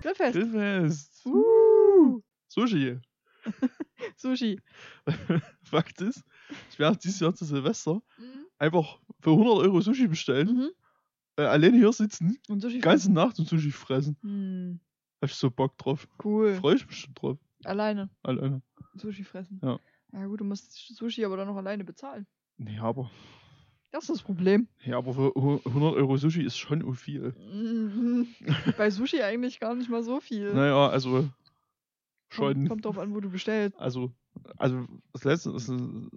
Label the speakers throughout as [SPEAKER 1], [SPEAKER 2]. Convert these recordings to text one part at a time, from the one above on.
[SPEAKER 1] Grillfest.
[SPEAKER 2] Grillfest.
[SPEAKER 1] Uh,
[SPEAKER 2] Sushi.
[SPEAKER 1] Sushi.
[SPEAKER 2] Fakt ist, ich werde dieses Jahr zu Silvester
[SPEAKER 1] Mhm.
[SPEAKER 2] einfach für 100 Euro Sushi bestellen,
[SPEAKER 1] Mhm.
[SPEAKER 2] äh, alleine hier sitzen,
[SPEAKER 1] Und Sushi.
[SPEAKER 2] die ganze Nacht und Sushi fressen.
[SPEAKER 1] Hm,
[SPEAKER 2] Hab ich so Bock drauf.
[SPEAKER 1] cool.
[SPEAKER 2] Freue ich mich schon drauf.
[SPEAKER 1] Alleine
[SPEAKER 2] Alleine.
[SPEAKER 1] Sushi fressen.
[SPEAKER 2] Ja.
[SPEAKER 1] Na gut, du musst Sushi aber dann noch alleine bezahlen.
[SPEAKER 2] Nee, aber,
[SPEAKER 1] Das ist das Problem.
[SPEAKER 2] ja, aber für hu- 100 Euro Sushi ist schon auch viel.
[SPEAKER 1] Mhm. Bei Sushi eigentlich gar nicht mal so viel.
[SPEAKER 2] Naja, also
[SPEAKER 1] Kommt-
[SPEAKER 2] schon.
[SPEAKER 1] Kommt drauf an, wo du bestellst.
[SPEAKER 2] Also, also das, letzte, das,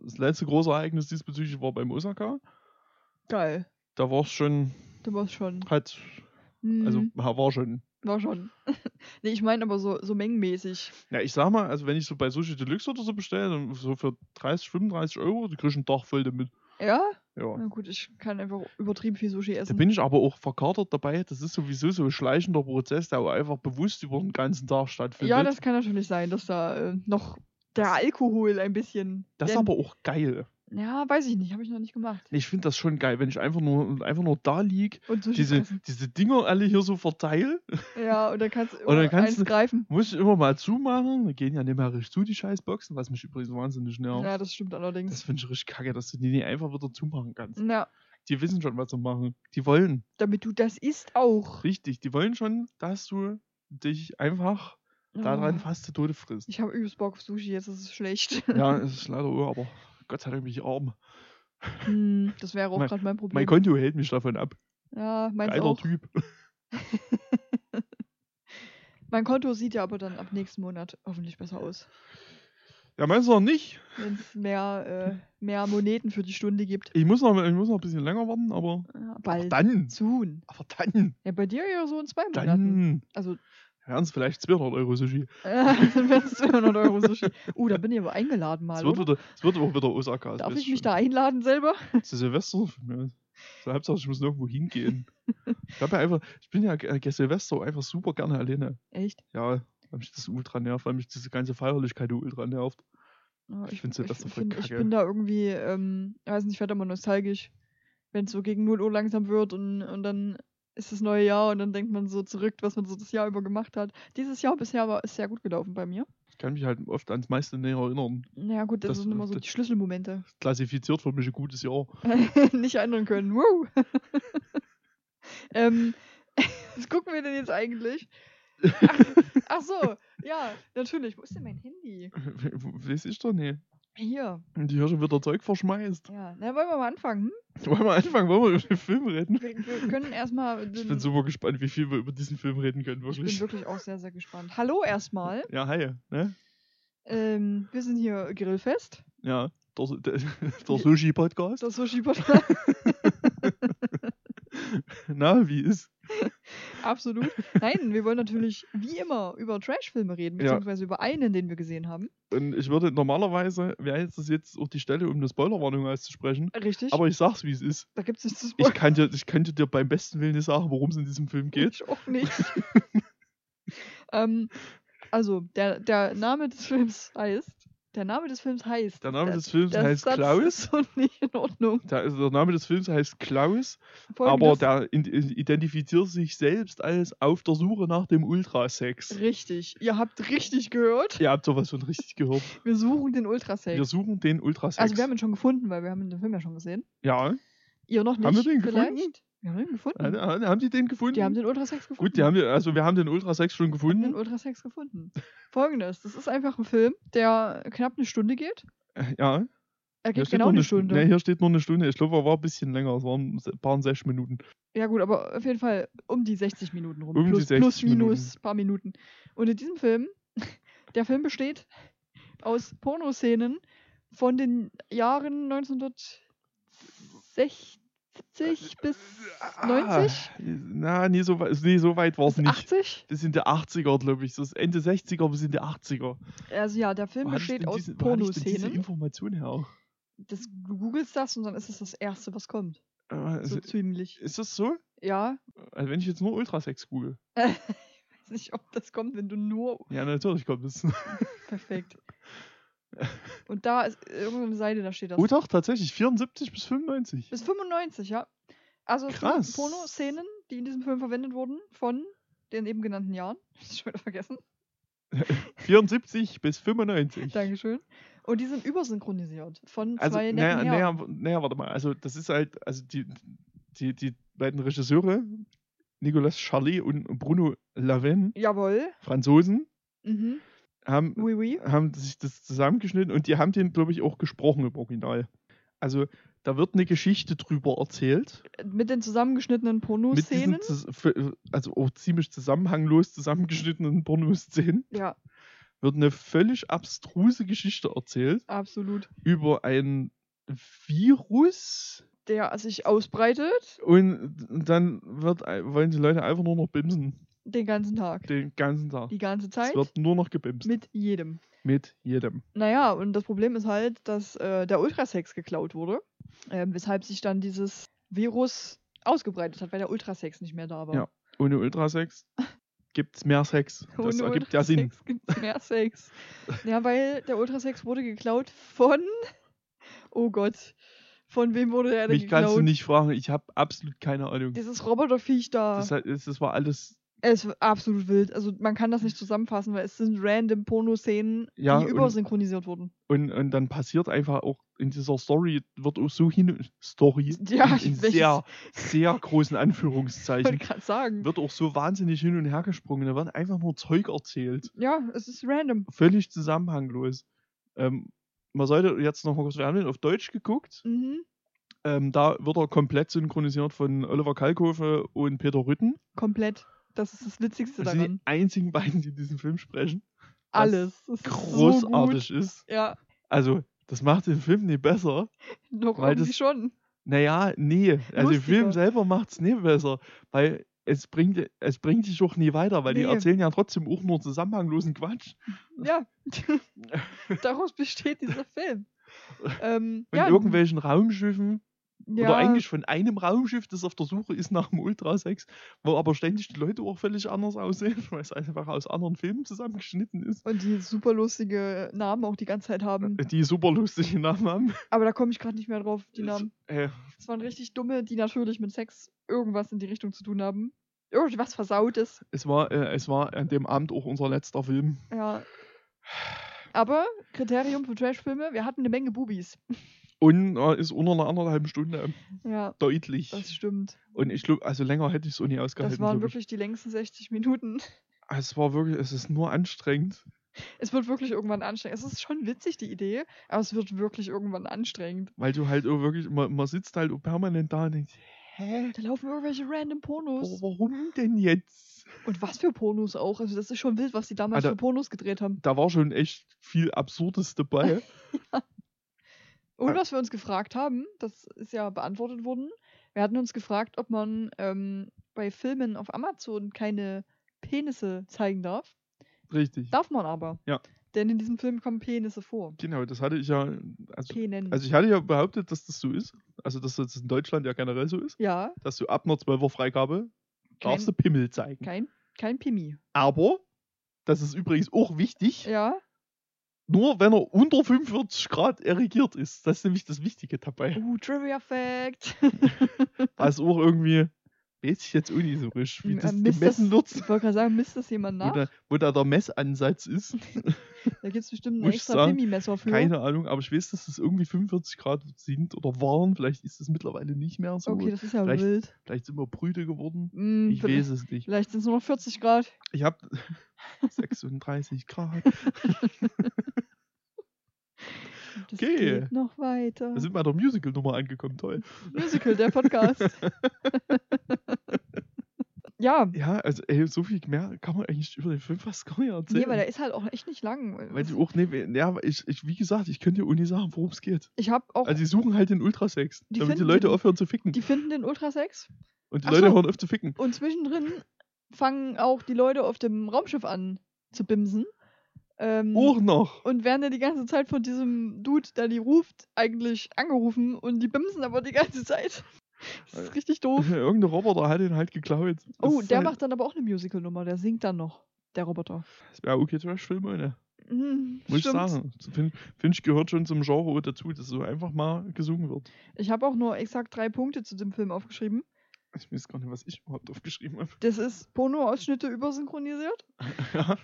[SPEAKER 2] das letzte große Ereignis diesbezüglich war beim Osaka.
[SPEAKER 1] Geil.
[SPEAKER 2] Da war es schon,
[SPEAKER 1] Du warst schon.
[SPEAKER 2] halt,
[SPEAKER 1] Mhm.
[SPEAKER 2] also war schon.
[SPEAKER 1] War schon. nee, ich meine aber so, so mengenmäßig.
[SPEAKER 2] Ja, ich sag mal, also wenn ich so bei Sushi Deluxe oder so bestelle, dann so für 30, 35 Euro, die kriegst du einen Tag voll damit.
[SPEAKER 1] Ja?
[SPEAKER 2] Ja.
[SPEAKER 1] Na gut, ich kann einfach übertrieben viel Sushi
[SPEAKER 2] Da
[SPEAKER 1] essen.
[SPEAKER 2] bin ich aber auch verkatert dabei. Das ist sowieso so ein schleichender Prozess, der auch einfach bewusst über den ganzen Tag stattfindet.
[SPEAKER 1] ja, das kann natürlich sein, dass da äh, noch der Alkohol ein bisschen.
[SPEAKER 2] das ist
[SPEAKER 1] denn-
[SPEAKER 2] aber auch geil.
[SPEAKER 1] Ja, weiß ich nicht, habe ich noch nicht gemacht.
[SPEAKER 2] Ich finde das schon geil, wenn ich einfach nur, einfach nur da lieg,
[SPEAKER 1] Und Sushi
[SPEAKER 2] diese,
[SPEAKER 1] fressen.
[SPEAKER 2] diese Dinger alle hier so verteile,
[SPEAKER 1] Ja, und dann kannst du
[SPEAKER 2] Und dann
[SPEAKER 1] immer
[SPEAKER 2] kannst
[SPEAKER 1] eins
[SPEAKER 2] du-
[SPEAKER 1] greifen.
[SPEAKER 2] muss ich immer mal zumachen. Da gehen ja nicht mehr richtig zu, die Scheißboxen, was mich übrigens wahnsinnig
[SPEAKER 1] Ja.
[SPEAKER 2] nervt.
[SPEAKER 1] das stimmt allerdings.
[SPEAKER 2] Das finde ich richtig kacke, dass du die nicht einfach wieder zumachen kannst.
[SPEAKER 1] Na,
[SPEAKER 2] Die wissen schon, was sie machen. Die wollen.
[SPEAKER 1] damit du das isst auch.
[SPEAKER 2] Richtig, die wollen schon, dass du dich einfach daran
[SPEAKER 1] Oh,
[SPEAKER 2] fast zu Tode frisst.
[SPEAKER 1] ich habe übelst Bock auf Sushi, jetzt ist es schlecht.
[SPEAKER 2] ja, es ist leider Uhr, aber Gott sei Dank bin ich arm.
[SPEAKER 1] Hm, das wäre auch
[SPEAKER 2] Mein-
[SPEAKER 1] gerade mein Problem.
[SPEAKER 2] Mein Konto hält mich davon ab.
[SPEAKER 1] Ja, meinst
[SPEAKER 2] Geiler
[SPEAKER 1] auch.
[SPEAKER 2] Typ.
[SPEAKER 1] Mein Konto sieht ja aber dann ab nächsten Monat hoffentlich besser aus.
[SPEAKER 2] Ja, meinst du noch nicht?
[SPEAKER 1] Wenn es mehr, äh, mehr Moneten für die Stunde gibt.
[SPEAKER 2] Ich muss noch, ich muss noch ein bisschen länger warten, aber.
[SPEAKER 1] Ja,
[SPEAKER 2] Aber
[SPEAKER 1] bald.
[SPEAKER 2] dann!
[SPEAKER 1] Soon.
[SPEAKER 2] Aber dann!
[SPEAKER 1] Ja, bei dir ja so in zwei Monaten.
[SPEAKER 2] Dann!
[SPEAKER 1] Also,
[SPEAKER 2] Wären es vielleicht 200 Euro Sushi.
[SPEAKER 1] dann wären es 200 Euro Sushi. Oh, da bin ich aber eingeladen mal.
[SPEAKER 2] Es wird,
[SPEAKER 1] oder?
[SPEAKER 2] wieder- es wird aber auch wieder Osaka. das
[SPEAKER 1] Darf
[SPEAKER 2] weiß
[SPEAKER 1] ich mich
[SPEAKER 2] schon.
[SPEAKER 1] da einladen selber?
[SPEAKER 2] Zu Silvester? Ja. So Hauptsache, ich muss nirgendwo hingehen. ich, hab ja einfach, ich bin ja äh, Silvester einfach super gerne alleine.
[SPEAKER 1] Echt?
[SPEAKER 2] Ja, weil mich das ultra nervt, weil mich diese ganze Feierlichkeit ultra nervt.
[SPEAKER 1] Ja,
[SPEAKER 2] Ich find's Silvester
[SPEAKER 1] Oh, ich,
[SPEAKER 2] voll
[SPEAKER 1] find, ich
[SPEAKER 2] kacke.
[SPEAKER 1] bin da irgendwie, ähm, ich weiß nicht, ich werde immer nostalgisch, wenn es so gegen 0 Uhr langsam wird und, und dann ist das neue Jahr und dann denkt man so zurück, was man so das Jahr über gemacht hat. Dieses Jahr bisher war ist sehr gut gelaufen bei mir.
[SPEAKER 2] Ich kann mich halt oft ans meiste näher erinnern.
[SPEAKER 1] Naja gut, das,
[SPEAKER 2] Das-
[SPEAKER 1] sind immer so
[SPEAKER 2] das-
[SPEAKER 1] die Schlüsselmomente.
[SPEAKER 2] Klassifiziert für mich ein gutes Jahr.
[SPEAKER 1] nicht ändern können. Wow. ähm, was gucken wir denn jetzt eigentlich? Ach, ach so, ja, natürlich. Wo ist denn mein Handy?
[SPEAKER 2] Weiß ich doch nicht.
[SPEAKER 1] Hier.
[SPEAKER 2] Und Die hier schon wieder Zeug verschmeißt.
[SPEAKER 1] Ja, na, wollen wir mal anfangen? Hm?
[SPEAKER 2] Wollen wir anfangen? Wollen wir über den Film reden?
[SPEAKER 1] Wir, wir können erstmal.
[SPEAKER 2] Ich
[SPEAKER 1] den-
[SPEAKER 2] bin super gespannt, wie viel wir über diesen Film reden können,
[SPEAKER 1] ich bin
[SPEAKER 2] wirklich.
[SPEAKER 1] wirklich auch sehr, sehr gespannt. Hallo erstmal.
[SPEAKER 2] Ja, hi. Ne?
[SPEAKER 1] Ähm, wir sind hier Grillfest.
[SPEAKER 2] Ja, der, der, der Sushi-Podcast.
[SPEAKER 1] Das Sushi Podcast.
[SPEAKER 2] Na, wie ist?
[SPEAKER 1] Absolut. Nein, wir wollen natürlich wie immer über Trashfilme reden,
[SPEAKER 2] Ja.
[SPEAKER 1] beziehungsweise über einen, den wir gesehen haben.
[SPEAKER 2] Und ich würde normalerweise, wäre jetzt das jetzt auch die Stelle, um eine Spoilerwarnung auszusprechen.
[SPEAKER 1] Richtig.
[SPEAKER 2] Aber ich sag's, wie es ist.
[SPEAKER 1] da gibt es nichts zu
[SPEAKER 2] Ich kann, dir, ich könnte dir beim besten Willen nicht sagen, worum es in diesem Film geht.
[SPEAKER 1] Ich auch nicht. ähm, also, der, der Name des Films heißt. Der Name des Films heißt.
[SPEAKER 2] Der Name
[SPEAKER 1] der-
[SPEAKER 2] des Films
[SPEAKER 1] der
[SPEAKER 2] heißt
[SPEAKER 1] Satz
[SPEAKER 2] Klaus.
[SPEAKER 1] Ist so nicht in Ordnung.
[SPEAKER 2] Der, also der Name des Films heißt Klaus, aber
[SPEAKER 1] Folgendes-
[SPEAKER 2] der in, in- identifiziert sich selbst als auf der Suche nach dem Ultrasex.
[SPEAKER 1] Richtig. Ihr habt richtig gehört.
[SPEAKER 2] Ihr habt sowas von richtig gehört.
[SPEAKER 1] Wir suchen den Ultrasex.
[SPEAKER 2] Wir suchen den Ultrasex.
[SPEAKER 1] also, wir haben ihn schon gefunden, weil wir haben den Film ja schon gesehen.
[SPEAKER 2] ja,
[SPEAKER 1] Ihr noch nicht.
[SPEAKER 2] Haben wir den
[SPEAKER 1] vielleicht?
[SPEAKER 2] gefunden?
[SPEAKER 1] Wir haben den gefunden.
[SPEAKER 2] äh, äh, haben die den gefunden?
[SPEAKER 1] die haben den Ultrasex gefunden.
[SPEAKER 2] Gut, die haben, den- also wir haben den Ultrasex schon
[SPEAKER 1] Wir haben den
[SPEAKER 2] gefunden.
[SPEAKER 1] Ultrasex gefunden. Folgendes: Das ist einfach ein Film, der knapp eine Stunde geht.
[SPEAKER 2] Äh, ja,
[SPEAKER 1] Er
[SPEAKER 2] hier
[SPEAKER 1] geht
[SPEAKER 2] steht,
[SPEAKER 1] genau
[SPEAKER 2] nur
[SPEAKER 1] eine
[SPEAKER 2] Stu-
[SPEAKER 1] Stunde.
[SPEAKER 2] Nee, hier steht nur eine Stunde. Ich glaube, er war ein bisschen länger. Es waren se- paar sechs Minuten.
[SPEAKER 1] Ja gut, aber auf jeden Fall um die 60 Minuten rum.
[SPEAKER 2] Um die
[SPEAKER 1] plus,
[SPEAKER 2] 60
[SPEAKER 1] plus minus
[SPEAKER 2] Minuten.
[SPEAKER 1] paar Minuten. Und in diesem Film, der Film besteht aus Pornoszenen von den Jahren 1960 bis 90,
[SPEAKER 2] Ah, na, nie so, wei- nee, so weit war es
[SPEAKER 1] bis
[SPEAKER 2] nicht.
[SPEAKER 1] 80.
[SPEAKER 2] Bis in die 80er, glaube ich. So ist Ende 60er bis in die 80er.
[SPEAKER 1] Also ja, der Film
[SPEAKER 2] Wo hatte ich
[SPEAKER 1] besteht
[SPEAKER 2] denn
[SPEAKER 1] aus
[SPEAKER 2] diesen- wo hatte ich denn diese
[SPEAKER 1] Pornoszenen.
[SPEAKER 2] Information her?
[SPEAKER 1] Das, du googelst das und dann ist es das Erste, was kommt.
[SPEAKER 2] Äh,
[SPEAKER 1] So
[SPEAKER 2] also,
[SPEAKER 1] ziemlich.
[SPEAKER 2] ist das so?
[SPEAKER 1] Ja,
[SPEAKER 2] Also wenn ich jetzt nur Ultrasex google.
[SPEAKER 1] weiß nicht, ob das kommt, wenn du nur
[SPEAKER 2] Ja, natürlich kommt es.
[SPEAKER 1] perfekt. Und da ist irgendeine Seite, da steht das.
[SPEAKER 2] Oh doch, tatsächlich. 74 bis 95.
[SPEAKER 1] Bis 95, ja. Also es sind
[SPEAKER 2] Krass.
[SPEAKER 1] Porno-Szenen, die in diesem Film verwendet wurden, von den eben genannten Jahren. Das ist schon wieder vergessen.
[SPEAKER 2] 74 bis 95.
[SPEAKER 1] Dankeschön. Und die sind übersynchronisiert von
[SPEAKER 2] Also,
[SPEAKER 1] zwei
[SPEAKER 2] naja,
[SPEAKER 1] netten Herren.
[SPEAKER 2] naja, naja, warte mal. Also, das ist halt, also die, die, die beiden Regisseure, Nicolas Charlet und Bruno Lavin,
[SPEAKER 1] Jawohl.
[SPEAKER 2] Franzosen,
[SPEAKER 1] Mhm.
[SPEAKER 2] haben,
[SPEAKER 1] Oui, oui.
[SPEAKER 2] haben sich das zusammengeschnitten und die haben den, glaube ich, auch gesprochen im Original. Also, da wird eine Geschichte drüber erzählt.
[SPEAKER 1] Mit den zusammengeschnittenen
[SPEAKER 2] mit diesen,
[SPEAKER 1] Pornoszenen.
[SPEAKER 2] zus- f- also auch ziemlich zusammenhanglos zusammengeschnittenen Pornoszenen,
[SPEAKER 1] Ja,
[SPEAKER 2] wird eine völlig abstruse Geschichte erzählt
[SPEAKER 1] absolut.
[SPEAKER 2] über ein Virus
[SPEAKER 1] Der sich ausbreitet
[SPEAKER 2] und dann wird, ein- wollen die Leute einfach nur noch bimsen
[SPEAKER 1] den ganzen Tag.
[SPEAKER 2] den ganzen Tag.
[SPEAKER 1] Die ganze
[SPEAKER 2] Es
[SPEAKER 1] Zeit.
[SPEAKER 2] wird nur noch gebimst
[SPEAKER 1] Mit
[SPEAKER 2] mit,
[SPEAKER 1] jedem.
[SPEAKER 2] jedem.
[SPEAKER 1] Naja, und das Problem ist halt, dass äh, der Ultrasex geklaut wurde, ähm, weshalb sich dann dieses Virus ausgebreitet hat, weil der Ultrasex nicht mehr da war.
[SPEAKER 2] Ja, Ohne Ultrasex gibt es mehr Sex. Das
[SPEAKER 1] Ohne
[SPEAKER 2] ergibt ja Sinn.
[SPEAKER 1] Ultrasex gibt's mehr Sex. ja, weil der Ultrasex wurde geklaut von. Oh Gott. Von wem wurde er denn
[SPEAKER 2] Mich kannst du
[SPEAKER 1] geklaut?
[SPEAKER 2] nicht fragen, ich habe absolut keine Ahnung.
[SPEAKER 1] Dieses Roboterviech da.
[SPEAKER 2] Das, hat- das war alles
[SPEAKER 1] es ist absolut wild. Also man kann das nicht zusammenfassen, weil es sind random Pornoszenen,
[SPEAKER 2] Ja,
[SPEAKER 1] die
[SPEAKER 2] und-
[SPEAKER 1] übersynchronisiert wurden.
[SPEAKER 2] Und, und dann passiert einfach auch in dieser Story, wird auch so hin, Story,
[SPEAKER 1] Ja,
[SPEAKER 2] in, in
[SPEAKER 1] welches-
[SPEAKER 2] sehr, sehr großen
[SPEAKER 1] Ich wollte
[SPEAKER 2] Anführungszeichen,
[SPEAKER 1] gerade sagen.
[SPEAKER 2] wird auch so wahnsinnig hin und her gesprungen. Da wird einfach nur Zeug erzählt.
[SPEAKER 1] Ja, es ist random.
[SPEAKER 2] Völlig zusammenhanglos. Ähm, man sollte jetzt noch mal kurz, wir haben den auf Deutsch geguckt.
[SPEAKER 1] Mhm.
[SPEAKER 2] Ähm, da wird er komplett synchronisiert von Oliver Kalkofe und Peter Rütten.
[SPEAKER 1] Komplett. Das ist das Witzigste
[SPEAKER 2] Das sind die
[SPEAKER 1] daran.
[SPEAKER 2] einzigen beiden, die diesen Film sprechen. was
[SPEAKER 1] Alles. Es ist
[SPEAKER 2] Großartig
[SPEAKER 1] So
[SPEAKER 2] ist.
[SPEAKER 1] gut. Ja,
[SPEAKER 2] Also, das macht den Film nicht besser.
[SPEAKER 1] doch
[SPEAKER 2] Weil
[SPEAKER 1] irgendwie
[SPEAKER 2] das-
[SPEAKER 1] schon.
[SPEAKER 2] Naja, nee. Also den Film
[SPEAKER 1] Lustiger.
[SPEAKER 2] selber macht's nicht besser, weil es bringt, es bringt dich auch nie weiter, weil die
[SPEAKER 1] Nee.
[SPEAKER 2] erzählen ja trotzdem auch nur zusammenhanglosen Quatsch.
[SPEAKER 1] Ja. Daraus besteht dieser Film. Ähm,
[SPEAKER 2] Von
[SPEAKER 1] ja,
[SPEAKER 2] irgendwelchen Raumschiffen
[SPEAKER 1] ja,
[SPEAKER 2] oder eigentlich von einem Raumschiff, das auf der Suche ist nach dem Ultrasex, wo aber ständig die Leute auch völlig anders aussehen, weil es einfach aus anderen Filmen zusammengeschnitten ist.
[SPEAKER 1] Und die super lustige Namen auch die ganze Zeit haben.
[SPEAKER 2] Die super lustigen Namen haben.
[SPEAKER 1] Aber da komme ich gerade nicht mehr drauf, Mhm. die Namen.
[SPEAKER 2] Äh,
[SPEAKER 1] Es waren richtig dumme, die natürlich mit Sex irgendwas in die Richtung zu tun haben. Irgendwas Versautes.
[SPEAKER 2] es, war, äh, es war an dem Abend auch unser letzter Film.
[SPEAKER 1] Ja. Aber Kriterium für Trashfilme, wir hatten eine Menge Bubis.
[SPEAKER 2] Und äh, ist unter einer anderthalben Stunde ähm,
[SPEAKER 1] Ja,
[SPEAKER 2] deutlich.
[SPEAKER 1] das stimmt.
[SPEAKER 2] Und ich glaube, also länger hätte ich es auch nie ausgehalten.
[SPEAKER 1] Das waren
[SPEAKER 2] glaub ich.
[SPEAKER 1] wirklich die längsten 60 Minuten.
[SPEAKER 2] Es war wirklich, es ist nur anstrengend.
[SPEAKER 1] Es wird wirklich irgendwann anstrengend. Es ist schon witzig, die Idee, aber es wird wirklich irgendwann anstrengend.
[SPEAKER 2] Weil du halt auch wirklich, man, man sitzt halt auch permanent da und denkt, hä?
[SPEAKER 1] Da laufen irgendwelche random Pornos.
[SPEAKER 2] wa- Warum denn jetzt?
[SPEAKER 1] Und was für Pornos auch. Also das ist schon wild, was die damals
[SPEAKER 2] Alter.
[SPEAKER 1] für Pornos gedreht haben.
[SPEAKER 2] Da war schon echt viel Absurdes dabei.
[SPEAKER 1] Und
[SPEAKER 2] Ah.
[SPEAKER 1] was wir uns gefragt haben, das ist ja beantwortet worden, wir hatten uns gefragt, ob man ähm, bei Filmen auf Amazon keine Penisse zeigen darf.
[SPEAKER 2] Richtig.
[SPEAKER 1] Darf man aber.
[SPEAKER 2] Ja.
[SPEAKER 1] Denn in diesem Film kommen Penisse vor.
[SPEAKER 2] Genau, das hatte ich ja, also,
[SPEAKER 1] Penen.
[SPEAKER 2] also ich hatte ja behauptet, dass das so ist. Also, dass das in Deutschland ja generell so ist.
[SPEAKER 1] ja,
[SPEAKER 2] Dass du ab einer 12er Freigabe darfst du
[SPEAKER 1] kein,
[SPEAKER 2] Pimmel zeigen.
[SPEAKER 1] kein, kein Pimi.
[SPEAKER 2] Aber, das ist übrigens auch wichtig,
[SPEAKER 1] Ja,
[SPEAKER 2] nur wenn er unter 45 Grad erregiert ist. Das ist nämlich das Wichtige dabei.
[SPEAKER 1] uh, Trivia Fact.
[SPEAKER 2] Was auch irgendwie, weiß ich jetzt auch nicht so richtig, wie
[SPEAKER 1] Ähm,
[SPEAKER 2] das
[SPEAKER 1] misst
[SPEAKER 2] gemessen
[SPEAKER 1] das,
[SPEAKER 2] wird.
[SPEAKER 1] ich wollte gerade sagen, misst das jemand
[SPEAKER 2] Wo
[SPEAKER 1] nach?
[SPEAKER 2] da, wo da der Messansatz ist.
[SPEAKER 1] Da gibt es bestimmt ein
[SPEAKER 2] Muss ich
[SPEAKER 1] extra
[SPEAKER 2] sagen,
[SPEAKER 1] Pimi-Messer für.
[SPEAKER 2] Keine Ahnung, aber ich weiß, dass das irgendwie 45 Grad sind oder waren. Vielleicht ist es mittlerweile nicht mehr so.
[SPEAKER 1] okay, das ist ja
[SPEAKER 2] Vielleicht-
[SPEAKER 1] wild.
[SPEAKER 2] Vielleicht sind wir Brüde geworden.
[SPEAKER 1] Mm,
[SPEAKER 2] Ich
[SPEAKER 1] vielleicht
[SPEAKER 2] weiß es nicht.
[SPEAKER 1] sind es nur noch 40 Grad.
[SPEAKER 2] Ich habe 36 Grad.
[SPEAKER 1] Das
[SPEAKER 2] Okay.
[SPEAKER 1] geht noch weiter.
[SPEAKER 2] Da sind wir bei der Musical-Nummer angekommen. Toll.
[SPEAKER 1] Musical, der Podcast. ja,
[SPEAKER 2] Ja, also ey, so viel mehr kann man eigentlich über den Film fast gar nicht erzählen.
[SPEAKER 1] nee, weil der ist halt auch echt nicht lang.
[SPEAKER 2] weil
[SPEAKER 1] Es-
[SPEAKER 2] du auch, nee, we- ja, ich, ich, wie gesagt, ich könnte dir auch nicht sagen, worum es geht.
[SPEAKER 1] ich habe auch,
[SPEAKER 2] Also, die suchen halt den Ultrasex,
[SPEAKER 1] Oh. Die
[SPEAKER 2] damit die
[SPEAKER 1] finden
[SPEAKER 2] Leute
[SPEAKER 1] den-
[SPEAKER 2] aufhören zu ficken.
[SPEAKER 1] die finden den Ultrasex
[SPEAKER 2] Und die
[SPEAKER 1] Ach
[SPEAKER 2] Leute
[SPEAKER 1] so.
[SPEAKER 2] hören auf zu ficken.
[SPEAKER 1] und zwischendrin fangen auch die Leute auf dem Raumschiff an zu bimsen. Ähm,
[SPEAKER 2] Auch noch.
[SPEAKER 1] Und werden ja die ganze Zeit von diesem Dude, der die ruft, eigentlich angerufen und die bimsen aber die ganze Zeit. Das ist richtig doof.
[SPEAKER 2] Irgendein Roboter hat ihn halt geklaut. Das
[SPEAKER 1] Oh,
[SPEAKER 2] ist
[SPEAKER 1] der
[SPEAKER 2] halt,
[SPEAKER 1] macht dann aber auch eine Musical-Nummer, der singt dann noch, der Roboter.
[SPEAKER 2] Das wäre okay, Trash-Film ohne.
[SPEAKER 1] Hm,
[SPEAKER 2] Muss
[SPEAKER 1] stimmt.
[SPEAKER 2] ich sagen. Finde find ich gehört schon zum Genre dazu, dass so einfach mal gesungen wird.
[SPEAKER 1] Ich habe auch nur exakt drei Punkte zu dem Film aufgeschrieben.
[SPEAKER 2] Ich weiß gar nicht, was ich überhaupt aufgeschrieben habe.
[SPEAKER 1] Das ist Porno-Ausschnitte übersynchronisiert.
[SPEAKER 2] Ja.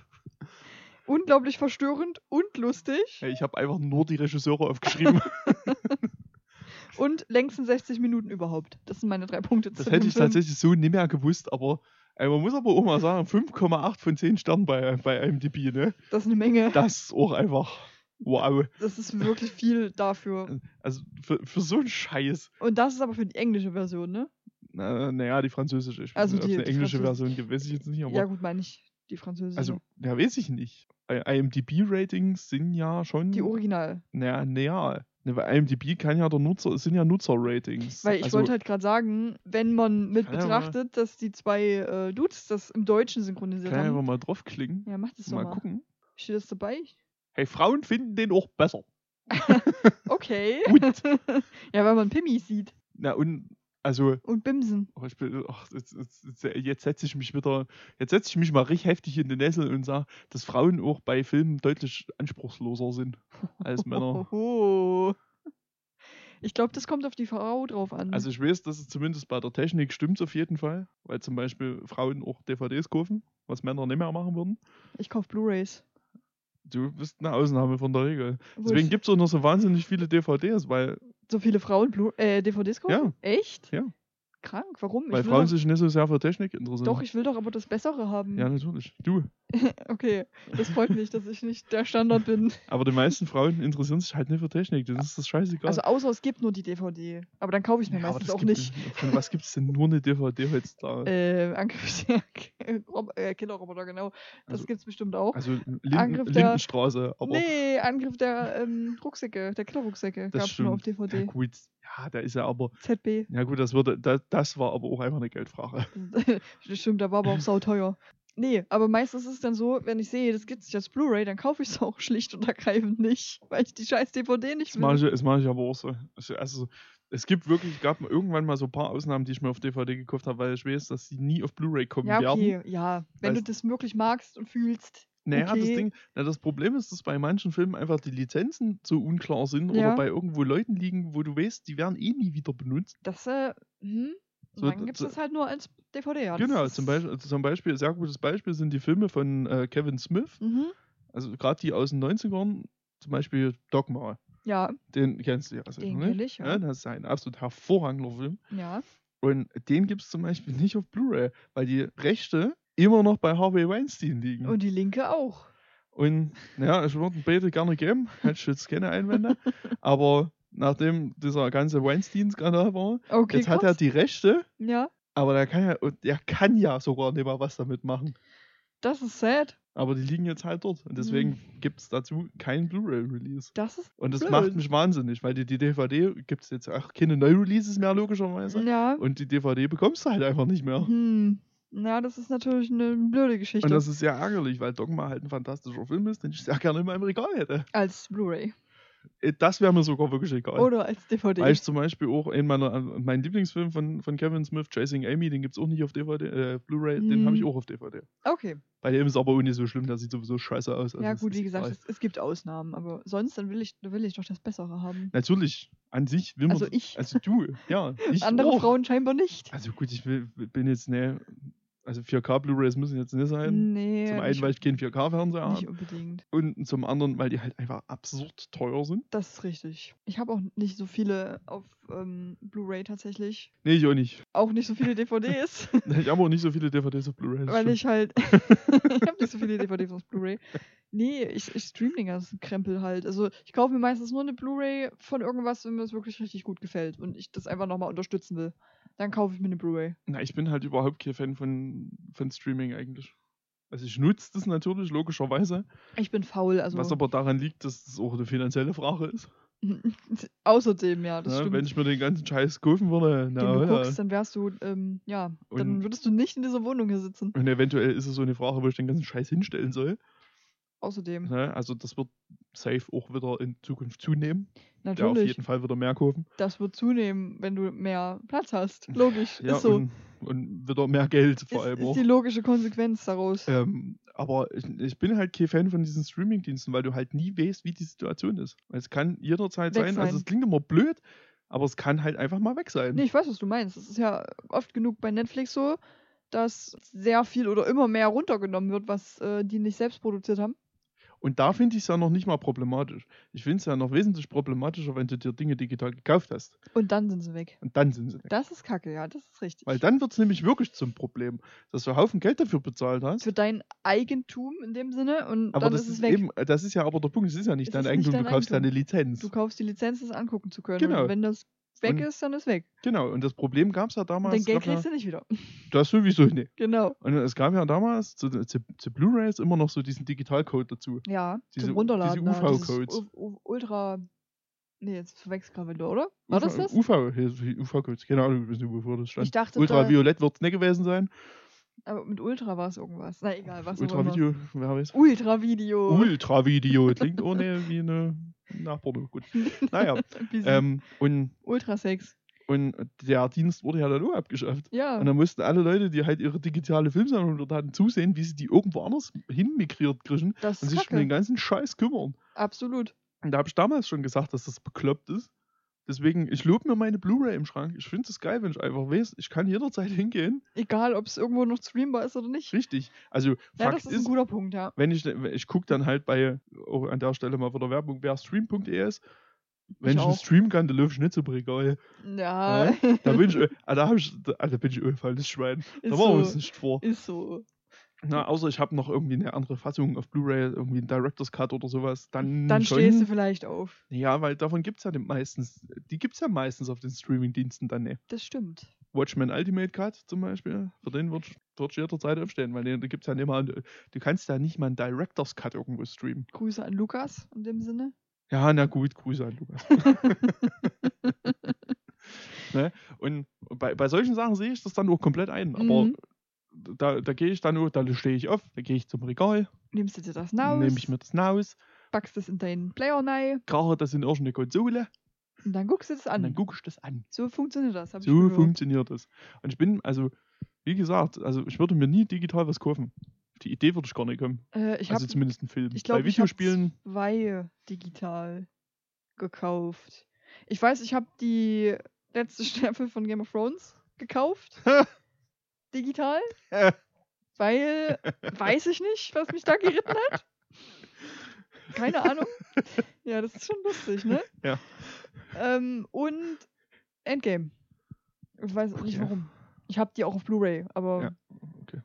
[SPEAKER 1] Unglaublich verstörend und lustig.
[SPEAKER 2] Äh, Ich habe einfach nur die Regisseure aufgeschrieben.
[SPEAKER 1] Und längsten 60 Minuten überhaupt. Das sind meine drei Punkte
[SPEAKER 2] Das
[SPEAKER 1] zu
[SPEAKER 2] hätte
[SPEAKER 1] dem
[SPEAKER 2] ich
[SPEAKER 1] Film.
[SPEAKER 2] tatsächlich so nicht mehr gewusst, aber ey, man muss aber auch mal sagen, 5,8 von 10 Sternen bei, bei IMDb, ne?
[SPEAKER 1] Das ist eine Menge.
[SPEAKER 2] Das ist auch einfach wow.
[SPEAKER 1] Das ist wirklich viel dafür.
[SPEAKER 2] Also für, für so einen Scheiß.
[SPEAKER 1] Und das ist aber für die englische Version, ne?
[SPEAKER 2] Na- Naja, die französische. Ich
[SPEAKER 1] Also
[SPEAKER 2] weiß nicht,
[SPEAKER 1] die-
[SPEAKER 2] ob's
[SPEAKER 1] die
[SPEAKER 2] eine englische
[SPEAKER 1] Französ-
[SPEAKER 2] Version gibt, weiß ich jetzt nicht, aber.
[SPEAKER 1] Ja, gut, meine ich die französische.
[SPEAKER 2] also, ja, weiß ich nicht. IMDb-Ratings sind ja schon.
[SPEAKER 1] die Original.
[SPEAKER 2] Naja, naja. Ne, Bei IMDb kann ja der Nutzer, sind ja Nutzer-Ratings.
[SPEAKER 1] Weil ich
[SPEAKER 2] also, ne?
[SPEAKER 1] wollte halt gerade sagen, wenn man mit
[SPEAKER 2] Kann ja mal-
[SPEAKER 1] betrachtet, dass die zwei äh, Dudes das im Deutschen synchronisiert
[SPEAKER 2] Kann ich einfach
[SPEAKER 1] haben.
[SPEAKER 2] mal draufklicken.
[SPEAKER 1] Ja, mach das doch
[SPEAKER 2] mal,
[SPEAKER 1] mal.
[SPEAKER 2] gucken.
[SPEAKER 1] Steht das dabei?
[SPEAKER 2] Hey, Frauen finden den auch besser.
[SPEAKER 1] Okay.
[SPEAKER 2] Gut.
[SPEAKER 1] ja, weil man Pimmis sieht
[SPEAKER 2] Na und, also,
[SPEAKER 1] und Bimsen.
[SPEAKER 2] oh, ich bin, ach, jetzt, jetzt, jetzt- jetzt setze ich mich wieder, jetzt setze ich mich mal richtig heftig in den Nessel und sage, dass Frauen auch bei Filmen deutlich anspruchsloser sind als Männer.
[SPEAKER 1] Oho. Ich glaube, das kommt auf die Frau drauf an.
[SPEAKER 2] Also ich weiß, dass es zumindest bei der Technik stimmt auf jeden Fall, weil zum Beispiel Frauen auch DVDs kaufen, was Männer nicht mehr machen würden.
[SPEAKER 1] ich kaufe Blu-Rays.
[SPEAKER 2] Du bist eine Ausnahme von der Regel.
[SPEAKER 1] Obwohl
[SPEAKER 2] Deswegen
[SPEAKER 1] ich
[SPEAKER 2] gibt es auch noch so wahnsinnig viele DVDs, weil,
[SPEAKER 1] so viele Frauen Blu äh, DVDs kaufen? Echt?
[SPEAKER 2] Ja.
[SPEAKER 1] Krank. Warum?
[SPEAKER 2] weil
[SPEAKER 1] ich will
[SPEAKER 2] Frauen
[SPEAKER 1] doch,
[SPEAKER 2] sich nicht so sehr für Technik interessieren.
[SPEAKER 1] doch, ich will doch aber das Bessere haben.
[SPEAKER 2] ja, natürlich. Du.
[SPEAKER 1] Okay, das freut mich, dass ich nicht der Standard bin.
[SPEAKER 2] Aber die meisten Frauen interessieren sich halt nicht für Technik. Das ist das scheißegal.
[SPEAKER 1] Also außer es gibt nur die DVD. Aber dann kaufe ich mir
[SPEAKER 2] Ja, aber
[SPEAKER 1] meistens
[SPEAKER 2] das
[SPEAKER 1] auch
[SPEAKER 2] gibt-
[SPEAKER 1] nicht.
[SPEAKER 2] Von was gibt es denn nur eine DVD heutzutage?
[SPEAKER 1] Äh, Angriff der Rob- äh, Killerroboter, genau. Das
[SPEAKER 2] Also-
[SPEAKER 1] gibt's bestimmt auch.
[SPEAKER 2] also Linden,
[SPEAKER 1] Angriff der-
[SPEAKER 2] Lindenstraße, aber
[SPEAKER 1] nee, Angriff der ähm, Rucksäcke, der Killerrucksäcke
[SPEAKER 2] Das
[SPEAKER 1] gab's schon auf
[SPEAKER 2] ja,
[SPEAKER 1] DVD.
[SPEAKER 2] gut, ja, da ist ja aber,
[SPEAKER 1] ZB.
[SPEAKER 2] ja gut, das würde, da, das war aber auch einfach eine Geldfrage.
[SPEAKER 1] Das Stimmt, da war aber auch sauteuer. Nee, aber meistens ist es dann so, wenn ich sehe, das gibt's nicht als Blu-ray, dann kaufe ich es auch schlicht und ergreifend nicht, weil ich die scheiß DVD nicht
[SPEAKER 2] Das mache
[SPEAKER 1] will.
[SPEAKER 2] ich, das mach ich aber auch so. Also, also es gibt wirklich, gab irgendwann mal so ein paar Ausnahmen, die ich mir auf DVD gekauft habe, weil ich weiß, dass sie nie auf Blu-ray kommen
[SPEAKER 1] Ja,
[SPEAKER 2] werden.
[SPEAKER 1] okay, ja. Wenn
[SPEAKER 2] Weiß-
[SPEAKER 1] du das wirklich magst und fühlst.
[SPEAKER 2] Naja,
[SPEAKER 1] okay.
[SPEAKER 2] das Ding, na, das Problem ist, dass bei manchen Filmen einfach die Lizenzen so unklar sind
[SPEAKER 1] Ja.
[SPEAKER 2] oder bei irgendwo Leuten liegen, wo du weißt, die werden eh nie wieder benutzt.
[SPEAKER 1] Das, äh, hm?
[SPEAKER 2] So,
[SPEAKER 1] dann gibt's
[SPEAKER 2] so-
[SPEAKER 1] das halt nur als DVD. Ja. Das
[SPEAKER 2] Genau,
[SPEAKER 1] ist-
[SPEAKER 2] zum Beispiel, also zum Beispiel, sehr gutes Beispiel sind die Filme von äh, Kevin Smith,
[SPEAKER 1] Mhm.
[SPEAKER 2] also gerade die aus den 90ern, zum Beispiel Dogma.
[SPEAKER 1] Ja,
[SPEAKER 2] Den kennst du ja sicher,
[SPEAKER 1] Den
[SPEAKER 2] ne?
[SPEAKER 1] kenn ich, ja.
[SPEAKER 2] Das ist ein absolut hervorragender Film.
[SPEAKER 1] ja.
[SPEAKER 2] Und den gibt es zum Beispiel nicht auf Blu-ray, weil die Rechte immer noch bei Harvey Weinstein liegen. Und,
[SPEAKER 1] Und die Linke auch.
[SPEAKER 2] ja, ich würde ihn beide gerne geben, hätte ich jetzt keine Einwände. aber nachdem dieser ganze Weinstein-Skandal war,
[SPEAKER 1] Okay,
[SPEAKER 2] jetzt hat er
[SPEAKER 1] krass.
[SPEAKER 2] die Rechte,
[SPEAKER 1] Ja,
[SPEAKER 2] aber der kann ja, und er kann ja sogar nicht mal was damit machen.
[SPEAKER 1] das ist sad.
[SPEAKER 2] Aber die liegen jetzt halt dort. Und deswegen gibt es dazu keinen Blu-ray-Release.
[SPEAKER 1] Das ist,
[SPEAKER 2] Und das
[SPEAKER 1] Mhm. Blöd.
[SPEAKER 2] macht mich wahnsinnig, weil die, die DVD gibt es jetzt auch keine Neu-Releases mehr, logischerweise.
[SPEAKER 1] ja.
[SPEAKER 2] Und die DVD bekommst du halt einfach nicht mehr.
[SPEAKER 1] Hm. Ja, das ist natürlich eine blöde Geschichte.
[SPEAKER 2] Und das ist sehr ärgerlich, weil Dogma halt ein fantastischer Film ist, den ich sehr gerne in meinem Regal hätte.
[SPEAKER 1] als Blu-ray.
[SPEAKER 2] Äh, Das wäre mir sogar wirklich egal.
[SPEAKER 1] Oder als DVD.
[SPEAKER 2] weil ich zum Beispiel auch in meiner, mein Lieblingsfilm von, von Kevin Smith, Chasing Amy, den gibt es auch nicht auf DVD, äh, Blu-ray, den habe ich
[SPEAKER 1] Hm.
[SPEAKER 2] auch auf DVD.
[SPEAKER 1] Okay.
[SPEAKER 2] Bei dem ist aber auch nicht so schlimm, der sieht sowieso scheiße aus. also
[SPEAKER 1] ja,
[SPEAKER 2] es
[SPEAKER 1] gut,
[SPEAKER 2] ist
[SPEAKER 1] wie gesagt,
[SPEAKER 2] egal.
[SPEAKER 1] es, es gibt Ausnahmen, aber sonst dann will ich, dann will ich doch das Bessere haben.
[SPEAKER 2] Natürlich, an sich will man.
[SPEAKER 1] Also ich.
[SPEAKER 2] Also du, ja. Ich
[SPEAKER 1] Andere
[SPEAKER 2] auch.
[SPEAKER 1] Frauen scheinbar nicht.
[SPEAKER 2] Also gut, ich will, bin jetzt, ne. Also 4K Blu-rays müssen jetzt nicht sein.
[SPEAKER 1] Nee,
[SPEAKER 2] zum einen,
[SPEAKER 1] nicht,
[SPEAKER 2] weil ich keinen 4K-Fernseher habe.
[SPEAKER 1] nicht unbedingt.
[SPEAKER 2] Und zum anderen, weil die halt einfach absurd teuer sind.
[SPEAKER 1] Das ist richtig. Ich habe auch nicht so viele auf ähm, Blu-ray tatsächlich.
[SPEAKER 2] Nee, ich auch nicht.
[SPEAKER 1] Auch nicht so viele DVDs.
[SPEAKER 2] Ich habe auch nicht so viele DVDs auf Blu-ray. das
[SPEAKER 1] weil
[SPEAKER 2] stimmt.
[SPEAKER 1] ich halt. ich habe nicht so viele DVDs auf Blu-ray. Nee, ich, ich stream den ganzen Krempel halt. Also ich kaufe mir meistens nur eine Blu-ray von irgendwas, wenn mir das wirklich richtig gut gefällt und ich das einfach nochmal unterstützen will. Dann kaufe ich mir eine Blu-ray.
[SPEAKER 2] Na, ich bin halt überhaupt kein Fan von, von Streaming eigentlich. Also ich nutze das natürlich, logischerweise.
[SPEAKER 1] Ich bin faul, also.
[SPEAKER 2] was aber daran liegt, dass das auch eine finanzielle Frage ist.
[SPEAKER 1] Außerdem, ja, das
[SPEAKER 2] Ne?
[SPEAKER 1] stimmt.
[SPEAKER 2] Wenn ich mir den ganzen Scheiß kaufen würde,
[SPEAKER 1] wenn du
[SPEAKER 2] na, ja.
[SPEAKER 1] guckst, dann wärst du, ähm, ja, dann
[SPEAKER 2] Und-
[SPEAKER 1] würdest du nicht in dieser Wohnung hier sitzen.
[SPEAKER 2] Und eventuell ist es so eine Frage, wo ich den ganzen Scheiß hinstellen soll.
[SPEAKER 1] Außerdem,
[SPEAKER 2] Ne? Also das wird safe auch wieder in Zukunft zunehmen. Ja, auf
[SPEAKER 1] natürlich,
[SPEAKER 2] jeden Fall wieder mehr kaufen.
[SPEAKER 1] das wird zunehmen, wenn du mehr Platz hast. Logisch,
[SPEAKER 2] Ja,
[SPEAKER 1] ist so.
[SPEAKER 2] und, und wieder mehr Geld vor
[SPEAKER 1] ist,
[SPEAKER 2] allem
[SPEAKER 1] ist
[SPEAKER 2] auch.
[SPEAKER 1] die logische Konsequenz daraus.
[SPEAKER 2] Ähm, aber ich, ich bin halt kein Fan von diesen Streaming-Diensten, weil du halt nie weißt, wie die Situation ist. Es kann jederzeit
[SPEAKER 1] Weg
[SPEAKER 2] sein,
[SPEAKER 1] sein.
[SPEAKER 2] also es klingt immer blöd, Aber es kann halt einfach mal weg sein.
[SPEAKER 1] Nee, ich weiß, was du meinst. Es ist ja oft genug bei Netflix so, dass sehr viel oder immer mehr runtergenommen wird, was äh, die nicht selbst produziert haben.
[SPEAKER 2] Und da finde ich es ja noch nicht mal problematisch. Ich finde es ja noch wesentlich problematischer, wenn du dir Dinge digital gekauft hast.
[SPEAKER 1] Und dann sind sie weg.
[SPEAKER 2] Und dann sind sie weg.
[SPEAKER 1] Das ist kacke, ja, das ist richtig.
[SPEAKER 2] Weil dann wird es nämlich wirklich zum Problem, dass du einen Haufen Geld dafür bezahlt hast.
[SPEAKER 1] Für dein Eigentum in dem Sinne und
[SPEAKER 2] Aber
[SPEAKER 1] dann
[SPEAKER 2] das
[SPEAKER 1] ist es weg.
[SPEAKER 2] eben, äh, das ist ja aber der Punkt, es ist ja nicht
[SPEAKER 1] Es
[SPEAKER 2] dein
[SPEAKER 1] ist nicht
[SPEAKER 2] Eigentum,
[SPEAKER 1] dein
[SPEAKER 2] du kaufst
[SPEAKER 1] Eigentum.
[SPEAKER 2] deine Lizenz.
[SPEAKER 1] Du kaufst die Lizenz, das angucken zu können.
[SPEAKER 2] Genau.
[SPEAKER 1] Und wenn das weg
[SPEAKER 2] Und-
[SPEAKER 1] ist, dann ist weg.
[SPEAKER 2] Genau, und das Problem gab es ja
[SPEAKER 1] Und
[SPEAKER 2] damals.
[SPEAKER 1] dein Geld
[SPEAKER 2] glaub, ja,
[SPEAKER 1] kriegst du nicht wieder.
[SPEAKER 2] das sowieso nicht.
[SPEAKER 1] genau.
[SPEAKER 2] Und es gab ja damals zu, zu, zu Blu-Rays immer noch so diesen Digitalcode dazu.
[SPEAKER 1] Ja,
[SPEAKER 2] Diese-
[SPEAKER 1] zum Runterladen.
[SPEAKER 2] diese
[SPEAKER 1] ja, dieses
[SPEAKER 2] UV-Codes.
[SPEAKER 1] U- U- Ultra. Nee, jetzt verwechsel ich gerade wieder, oder? War das das?
[SPEAKER 2] UV-Codes, UV -Codes. keine Ahnung, ich weiß nicht, wovor das
[SPEAKER 1] Ich
[SPEAKER 2] stand.
[SPEAKER 1] dachte, da,
[SPEAKER 2] Ultraviolett wird es nicht gewesen sein.
[SPEAKER 1] aber mit Ultra war es irgendwas. Na egal, was auch immer. Oh.
[SPEAKER 2] Ultravideo, wer weiß.
[SPEAKER 1] Ultravideo.
[SPEAKER 2] Ultravideo, klingt ohne wie eine Nachporno. Gut. Naja,
[SPEAKER 1] Wie sie-
[SPEAKER 2] ähm, und,
[SPEAKER 1] Ultrasex.
[SPEAKER 2] und der Dienst wurde ja dann auch abgeschafft.
[SPEAKER 1] Ja.
[SPEAKER 2] Und dann mussten alle Leute, die halt ihre digitale Filmsammlung dort hatten, zusehen, wie sie die irgendwo anders hinmigriert kriegen
[SPEAKER 1] das
[SPEAKER 2] und
[SPEAKER 1] ist
[SPEAKER 2] sich um den
[SPEAKER 1] kacke.
[SPEAKER 2] ganzen Scheiß kümmern.
[SPEAKER 1] Absolut.
[SPEAKER 2] Und da habe ich damals schon gesagt, dass das bekloppt ist. Deswegen, ich lobe mir meine Blu-ray im Schrank. Ich finde es geil, wenn ich einfach weiß, ich kann jederzeit hingehen.
[SPEAKER 1] Egal, ob es irgendwo noch streambar ist oder nicht.
[SPEAKER 2] Richtig. Also,
[SPEAKER 1] Ja,
[SPEAKER 2] Fakt
[SPEAKER 1] das ist ein
[SPEAKER 2] ist,
[SPEAKER 1] guter Punkt, ja.
[SPEAKER 2] wenn ich, ich gucke dann halt bei, auch an der Stelle mal wieder Werbung, wer stream.es. Wenn ich, einen
[SPEAKER 1] auch.
[SPEAKER 2] Stream kann, dann löfe ich nicht so Regal.
[SPEAKER 1] Ja,
[SPEAKER 2] Da bin ich, ah, da hab ich, da, ah, da bin ich öfalles Schwein. Da
[SPEAKER 1] ist,
[SPEAKER 2] machen wir
[SPEAKER 1] so,
[SPEAKER 2] uns nicht vor.
[SPEAKER 1] ist so.
[SPEAKER 2] Na,
[SPEAKER 1] Hm.
[SPEAKER 2] außer ich habe noch irgendwie eine andere Fassung auf Blu-ray, irgendwie einen Director's Cut oder sowas. Dann,
[SPEAKER 1] Dann
[SPEAKER 2] Hm, schon.
[SPEAKER 1] stehst du vielleicht auf.
[SPEAKER 2] Ja, weil davon gibt es ja den meistens, die gibt es ja meistens auf den Streaming-Diensten dann nicht.
[SPEAKER 1] Das stimmt.
[SPEAKER 2] Watchmen Ultimate Cut zum Beispiel, für den wird, wird jederzeit aufstehen, weil den, da gibt's ja nicht mal, du kannst ja nicht mal einen Director's Cut irgendwo streamen.
[SPEAKER 1] Grüße an Lukas in dem Sinne.
[SPEAKER 2] Ja, na gut, Grüße an Lukas. ne? Und bei, bei solchen Sachen sehe ich das dann auch komplett ein, aber
[SPEAKER 1] Mhm.
[SPEAKER 2] da, da gehe ich dann auch, da stehe ich auf, da gehe ich zum Regal,
[SPEAKER 1] Nimmst du dir das raus,
[SPEAKER 2] nehme ich mir das raus,
[SPEAKER 1] packst es in deinen Player rein
[SPEAKER 2] krache das in irgendeine Konsole
[SPEAKER 1] und dann guckst du das
[SPEAKER 2] und
[SPEAKER 1] an.
[SPEAKER 2] dann gucke ich das an.
[SPEAKER 1] So funktioniert das. Hab ich
[SPEAKER 2] So
[SPEAKER 1] gehört.
[SPEAKER 2] funktioniert das. Und ich bin, also, wie gesagt, also ich würde mir nie digital was kaufen. Auf Die Idee würde ich gar nicht kommen.
[SPEAKER 1] äh, ich
[SPEAKER 2] also
[SPEAKER 1] habe
[SPEAKER 2] zumindest einen Film.
[SPEAKER 1] ich glaub,
[SPEAKER 2] Bei
[SPEAKER 1] ich hab
[SPEAKER 2] Videospielen,
[SPEAKER 1] zwei digital gekauft. Ich weiß, ich habe die letzte Staffel von Game of Thrones gekauft. digital. weil, weiß ich nicht, was mich da geritten hat. Keine Ahnung. Ja, das ist schon lustig, ne?
[SPEAKER 2] Ja.
[SPEAKER 1] Ähm, und Endgame. Ich weiß nicht
[SPEAKER 2] Okay.
[SPEAKER 1] warum. Ich habe die auch auf Blu-ray, aber
[SPEAKER 2] Ja, okay.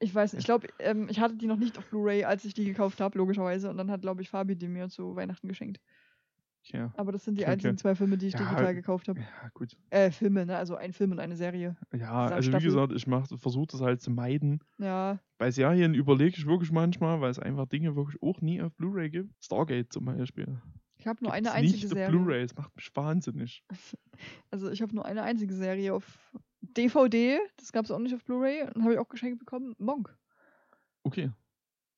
[SPEAKER 1] ich weiß, nicht. ich glaube, ähm, ich hatte die noch nicht auf Blu-ray, als ich die gekauft habe, logischerweise. Und dann hat, glaube ich, Fabi die mir zu Weihnachten geschenkt.
[SPEAKER 2] ja.
[SPEAKER 1] Aber das sind die
[SPEAKER 2] Okay, okay.
[SPEAKER 1] einzigen zwei Filme, die ich
[SPEAKER 2] Ja, halt.
[SPEAKER 1] digital gekauft habe.
[SPEAKER 2] ja, gut.
[SPEAKER 1] Äh, Filme, ne? Also ein Film und eine Serie.
[SPEAKER 2] Ja,
[SPEAKER 1] Dieser
[SPEAKER 2] also wie
[SPEAKER 1] Staffel.
[SPEAKER 2] gesagt, ich versuche das halt zu meiden.
[SPEAKER 1] Ja,
[SPEAKER 2] Bei Serien überlege ich wirklich manchmal, weil es einfach Dinge wirklich auch nie auf Blu-ray gibt. Stargate zum Beispiel.
[SPEAKER 1] ich habe nur
[SPEAKER 2] Gibt's
[SPEAKER 1] eine einzige
[SPEAKER 2] nicht auf
[SPEAKER 1] Serie.
[SPEAKER 2] Blu-ray, das macht mich wahnsinnig.
[SPEAKER 1] Also ich habe nur eine einzige Serie auf DVD, das gab es auch nicht auf Blu-ray und habe ich auch geschenkt bekommen, Monk.
[SPEAKER 2] Okay.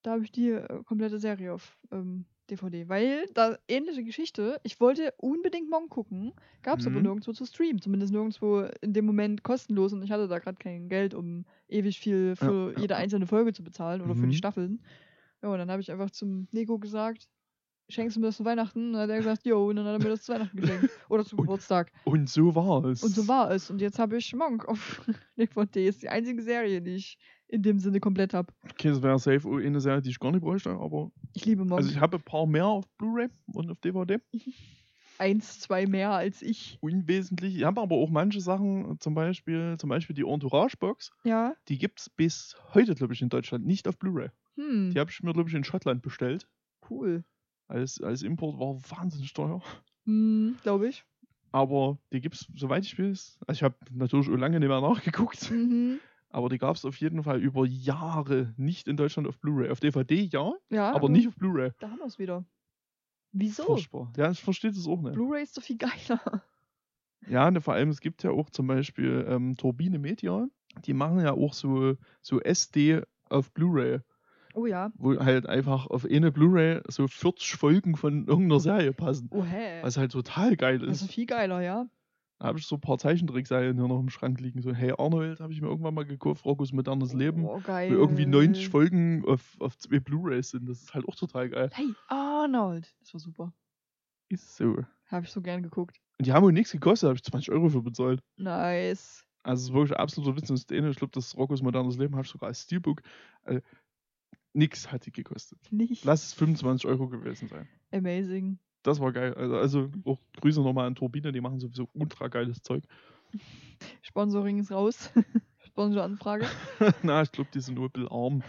[SPEAKER 1] Da habe ich die äh, komplette Serie auf ähm, DVD, weil da ähnliche Geschichte. Ich wollte unbedingt Monk gucken, gab es aber
[SPEAKER 2] Mhm.
[SPEAKER 1] nirgendwo zu streamen, zumindest nirgendwo in dem Moment kostenlos und ich hatte da gerade kein Geld, um ewig viel für
[SPEAKER 2] ja,
[SPEAKER 1] jede
[SPEAKER 2] ja.
[SPEAKER 1] einzelne Folge zu bezahlen oder für
[SPEAKER 2] Mhm.
[SPEAKER 1] die Staffeln. Ja, und dann habe ich einfach zum Nico gesagt, schenkst du mir das zu Weihnachten? Und dann hat er gesagt, jo, und dann hat er mir das zu Weihnachten geschenkt oder zum
[SPEAKER 2] Und-
[SPEAKER 1] Geburtstag.
[SPEAKER 2] Und so war es.
[SPEAKER 1] Und so war es. Und jetzt habe ich Monk auf DVD. Ist die einzige Serie, die ich in dem Sinne komplett habe.
[SPEAKER 2] Okay, das wäre safe eine Serie, die ich gar nicht bräuchte, aber
[SPEAKER 1] Ich liebe Monk.
[SPEAKER 2] Also ich habe ein paar mehr auf Blu-ray und auf DVD.
[SPEAKER 1] Eins, zwei mehr als ich.
[SPEAKER 2] Unwesentlich. Ich habe aber auch manche Sachen, zum Beispiel, zum Beispiel die Entourage-Box,
[SPEAKER 1] Ja.
[SPEAKER 2] die gibt es bis heute, glaube ich, in Deutschland nicht auf Blu-ray.
[SPEAKER 1] Hm.
[SPEAKER 2] Die habe ich mir, glaube ich, in Schottland bestellt.
[SPEAKER 1] Cool.
[SPEAKER 2] Als, als Import war wahnsinnig teuer.
[SPEAKER 1] Hm, glaube ich.
[SPEAKER 2] Aber die gibt es, soweit ich weiß. Also ich habe natürlich schon lange nicht mehr nachgeguckt.
[SPEAKER 1] Mhm.
[SPEAKER 2] Aber die gab es auf jeden Fall über Jahre nicht in Deutschland auf Blu-ray. Auf DVD ja,
[SPEAKER 1] Ja.
[SPEAKER 2] aber nicht auf Blu-ray.
[SPEAKER 1] Da haben wir es wieder. Wieso?
[SPEAKER 2] Furchtbar. Ja, ich verstehe das auch nicht.
[SPEAKER 1] Blu-ray ist doch viel geiler.
[SPEAKER 2] Ja, ne, vor allem, es gibt ja auch zum Beispiel ähm, Turbine Media, die machen ja auch so, so SD auf Blu-ray,
[SPEAKER 1] Oh ja.
[SPEAKER 2] wo halt einfach auf eine Blu-ray so 40 Folgen von irgendeiner Serie passen.
[SPEAKER 1] Oh hä.
[SPEAKER 2] Was halt total geil
[SPEAKER 1] das ist
[SPEAKER 2] ist.
[SPEAKER 1] viel geiler, ja.
[SPEAKER 2] Da habe ich so ein paar Zeichentrickserien hier noch im Schrank liegen. So, hey Arnold, habe ich mir irgendwann mal gekauft, Rocco's modernes Leben.
[SPEAKER 1] Oh, geil.
[SPEAKER 2] Wo irgendwie 90 Folgen auf, auf zwei Blu-rays sind. Das ist halt auch total geil.
[SPEAKER 1] Hey, Arnold. Das war super.
[SPEAKER 2] Ist so.
[SPEAKER 1] Habe ich so gern geguckt.
[SPEAKER 2] Und die haben auch nichts gekostet, da habe ich 20 Euro für bezahlt.
[SPEAKER 1] Nice.
[SPEAKER 2] Also es ist wirklich absoluter Witz und Szene. Ich glaube, das Rockos modernes Leben habe ich sogar als Steelbook. Äh, nix hat die gekostet.
[SPEAKER 1] Nicht
[SPEAKER 2] Lass es 25 Euro gewesen sein.
[SPEAKER 1] amazing.
[SPEAKER 2] Das war geil. Also, also auch Grüße nochmal an Turbine, die machen sowieso ultra geiles Zeug.
[SPEAKER 1] Sponsoring ist raus. Sponsoranfrage.
[SPEAKER 2] Na, ich glaube, die sind nur ein bisschen arm.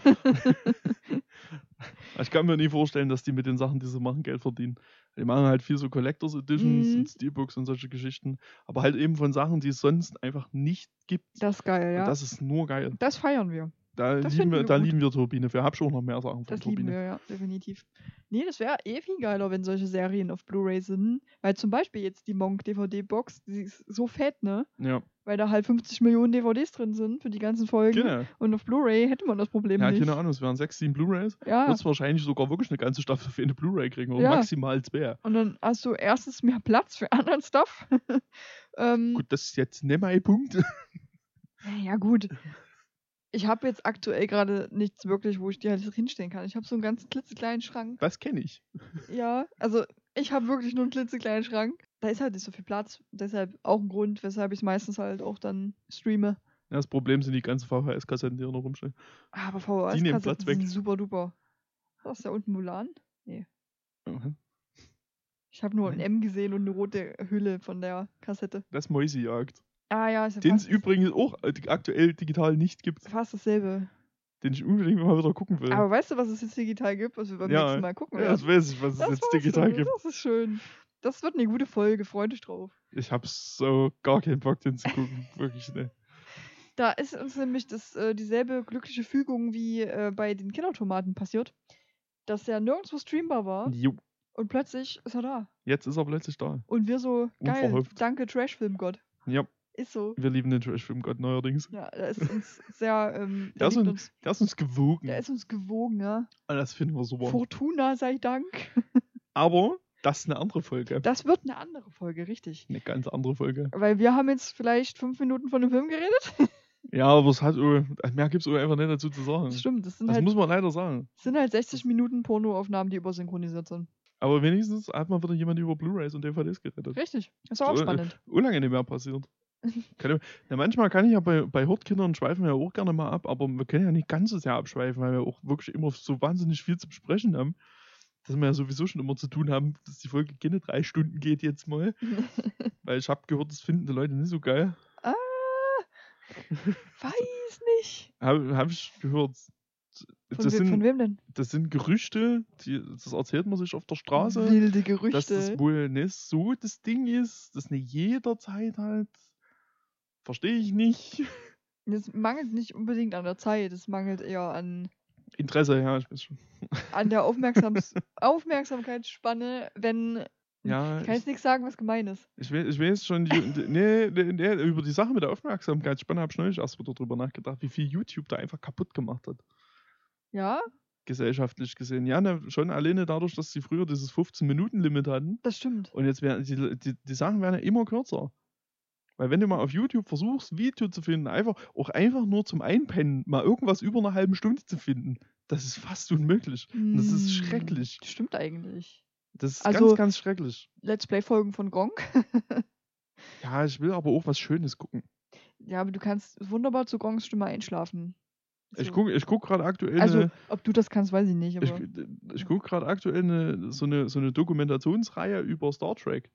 [SPEAKER 2] ich kann mir nie vorstellen, dass die mit den Sachen, die sie machen, Geld verdienen. Die machen halt viel so Collectors Editions
[SPEAKER 1] Mhm.
[SPEAKER 2] und Steelbooks und solche Geschichten. Aber halt eben von Sachen, die es sonst einfach nicht gibt.
[SPEAKER 1] Das ist geil, ja.
[SPEAKER 2] Und
[SPEAKER 1] Das,
[SPEAKER 2] das ist nur geil.
[SPEAKER 1] feiern wir.
[SPEAKER 2] Da,
[SPEAKER 1] Das
[SPEAKER 2] lieben
[SPEAKER 1] finden
[SPEAKER 2] wir,
[SPEAKER 1] wir
[SPEAKER 2] da
[SPEAKER 1] gut.
[SPEAKER 2] lieben wir Turbine. Wir haben schon noch mehr Sachen von
[SPEAKER 1] Das lieben
[SPEAKER 2] Turbine.
[SPEAKER 1] wir, ja, definitiv. Nee, das wäre eh viel geiler, wenn solche Serien auf Blu-ray sind. Weil zum Beispiel jetzt die Monk-DVD-Box, die ist so fett, ne?
[SPEAKER 2] Ja,
[SPEAKER 1] Weil da halt 50 Millionen DVDs drin sind für die ganzen Folgen.
[SPEAKER 2] genau.
[SPEAKER 1] Und auf Blu-ray hätte man das Problem
[SPEAKER 2] Ja, genau.
[SPEAKER 1] nicht.
[SPEAKER 2] keine Ahnung, es wären sechs, sieben Blu-Rays.
[SPEAKER 1] Ja,
[SPEAKER 2] Würdest wahrscheinlich sogar wirklich eine ganze Staffel für eine Blu-Ray kriegen oder
[SPEAKER 1] Ja.
[SPEAKER 2] maximal zwei.
[SPEAKER 1] und dann hast du erstens mehr Platz für anderen Stuff. ähm,
[SPEAKER 2] Gut, das ist jetzt nicht mein Punkt.
[SPEAKER 1] Ja, gut. Ich habe jetzt aktuell gerade nichts wirklich, wo ich die halt hinstellen kann. Ich habe so einen ganz klitzekleinen Schrank.
[SPEAKER 2] Das kenne ich.
[SPEAKER 1] Ja, also ich habe wirklich nur einen klitzekleinen Schrank. Da ist halt nicht so viel Platz. Deshalb auch ein Grund, weshalb ich meistens halt auch dann streame.
[SPEAKER 2] Ja, das Problem sind die ganzen VHS-Kassetten, die hier noch rumstehen.
[SPEAKER 1] Aber
[SPEAKER 2] Die nehmen Platz
[SPEAKER 1] VHS-Kassetten
[SPEAKER 2] weg.
[SPEAKER 1] sind super duper. Was ist da unten Mulan?
[SPEAKER 2] Mhm.
[SPEAKER 1] Ich habe
[SPEAKER 2] Hm.
[SPEAKER 1] nur ein M gesehen und eine rote Hülle von der Kassette.
[SPEAKER 2] Das Mäusejagd.
[SPEAKER 1] Ah ja, ist ja
[SPEAKER 2] Den es
[SPEAKER 1] fast,
[SPEAKER 2] übrigens auch äh, aktuell digital nicht gibt.
[SPEAKER 1] fast dasselbe.
[SPEAKER 2] Den ich unbedingt mal wieder gucken will.
[SPEAKER 1] Aber weißt du, was es jetzt digital gibt, was wir beim
[SPEAKER 2] Ja,
[SPEAKER 1] nächsten Mal gucken
[SPEAKER 2] ja, das weiß ich, was es
[SPEAKER 1] Das
[SPEAKER 2] jetzt
[SPEAKER 1] war's
[SPEAKER 2] digital
[SPEAKER 1] schon,
[SPEAKER 2] gibt.
[SPEAKER 1] Das ist schön. Das wird eine gute Folge, freut euch drauf.
[SPEAKER 2] Ich habe so gar keinen Bock, den zu gucken. Wirklich, ne.
[SPEAKER 1] Da ist uns nämlich das, äh, dieselbe glückliche Fügung wie äh, bei den Kindertomaten passiert, dass er nirgendwo streambar war
[SPEAKER 2] Jo.
[SPEAKER 1] und plötzlich ist er da.
[SPEAKER 2] Jetzt ist er plötzlich da.
[SPEAKER 1] Und wir so, geil,
[SPEAKER 2] Unverhofft.
[SPEAKER 1] danke Trashfilmgott.
[SPEAKER 2] Ja,
[SPEAKER 1] Ist so.
[SPEAKER 2] wir lieben den Trashfilm Gott neuerdings.
[SPEAKER 1] Ja, da ist uns sehr, ähm,
[SPEAKER 2] Der
[SPEAKER 1] der,
[SPEAKER 2] ist
[SPEAKER 1] liegt
[SPEAKER 2] ein-
[SPEAKER 1] uns,
[SPEAKER 2] Der ist uns gewogen.
[SPEAKER 1] der ist uns gewogen, ja.
[SPEAKER 2] Und das finden wir super.
[SPEAKER 1] Fortuna sei Dank.
[SPEAKER 2] Aber das ist eine andere Folge.
[SPEAKER 1] Das wird eine andere Folge, richtig.
[SPEAKER 2] Eine ganz andere Folge.
[SPEAKER 1] Weil wir haben jetzt vielleicht fünf Minuten von dem Film geredet.
[SPEAKER 2] Ja, aber es hat äh, mehr gibt es einfach nicht dazu zu sagen.
[SPEAKER 1] Das
[SPEAKER 2] Das,
[SPEAKER 1] stimmt, das sind, halt,
[SPEAKER 2] muss man leider sagen.
[SPEAKER 1] sind halt 60 Minuten Pornoaufnahmen, die übersynchronisiert sind.
[SPEAKER 2] Aber wenigstens hat mal wieder jemand über Blu-Rays und DVDs geredet.
[SPEAKER 1] Richtig. Ist doch auch
[SPEAKER 2] So, äh,
[SPEAKER 1] spannend.
[SPEAKER 2] Unlange nicht mehr passiert. Kann, ja- na, manchmal kann ich ja bei, bei Hortkindern schweifen wir ja auch gerne mal ab, aber wir können ja nicht ganz so sehr abschweifen, weil wir auch wirklich immer so wahnsinnig viel zu besprechen haben. Dass wir ja sowieso schon immer zu tun haben, dass die Folge keine drei Stunden geht jetzt mal. weil ich habe gehört, das finden die Leute nicht so geil.
[SPEAKER 1] Ah, weiß nicht.
[SPEAKER 2] Habe hab ich gehört.
[SPEAKER 1] Von,
[SPEAKER 2] Das
[SPEAKER 1] wem- von
[SPEAKER 2] sind,
[SPEAKER 1] wem denn?
[SPEAKER 2] das sind Gerüchte, die, das erzählt man sich auf der Straße.
[SPEAKER 1] Wilde
[SPEAKER 2] dass
[SPEAKER 1] Gerüchte.
[SPEAKER 2] das wohl nicht so das Ding ist, dass nicht jederzeit halt. Verstehe ich nicht.
[SPEAKER 1] Das, mangelt nicht unbedingt an der Zeit, es mangelt eher an,
[SPEAKER 2] Interesse, ja, ich weiß schon.
[SPEAKER 1] an der Aufmerksams Aufmerksamkeitsspanne, wenn.
[SPEAKER 2] Ja,
[SPEAKER 1] Ich kann
[SPEAKER 2] ich,
[SPEAKER 1] jetzt nichts sagen, was gemein ist.
[SPEAKER 2] ich, we- ich weiß schon, die, nee, nee, nee, über die Sache mit der Aufmerksamkeitsspanne habe ich neulich erst wieder drüber nachgedacht, wie viel YouTube da einfach kaputt gemacht hat.
[SPEAKER 1] Ja,
[SPEAKER 2] Gesellschaftlich gesehen. Ja, ne, schon alleine dadurch, dass sie früher dieses 15-Minuten-Limit hatten.
[SPEAKER 1] das stimmt.
[SPEAKER 2] Und jetzt werden die, die, die Sachen werden ja immer kürzer. Weil wenn du mal auf YouTube versuchst, ein Video zu finden, einfach, auch einfach nur zum Einpennen, mal irgendwas über eine halbe Stunde zu finden, das ist fast unmöglich. Und das ist
[SPEAKER 1] Hm,
[SPEAKER 2] schrecklich.
[SPEAKER 1] Stimmt eigentlich.
[SPEAKER 2] Das ist
[SPEAKER 1] Also-
[SPEAKER 2] ganz, ganz schrecklich.
[SPEAKER 1] Let's Play-Folgen von Gronk.
[SPEAKER 2] Ja, ich will aber auch was Schönes gucken.
[SPEAKER 1] Ja, aber du kannst wunderbar zu Gronks Stimme einschlafen.
[SPEAKER 2] Ich
[SPEAKER 1] So.
[SPEAKER 2] gucke ich guck gerade aktuell,
[SPEAKER 1] Also,
[SPEAKER 2] eine,
[SPEAKER 1] ob du das kannst, weiß ich nicht.
[SPEAKER 2] ich,
[SPEAKER 1] Aber
[SPEAKER 2] ich guck grad aktuell eine, so, eine, so eine Dokumentationsreihe über Star Trek.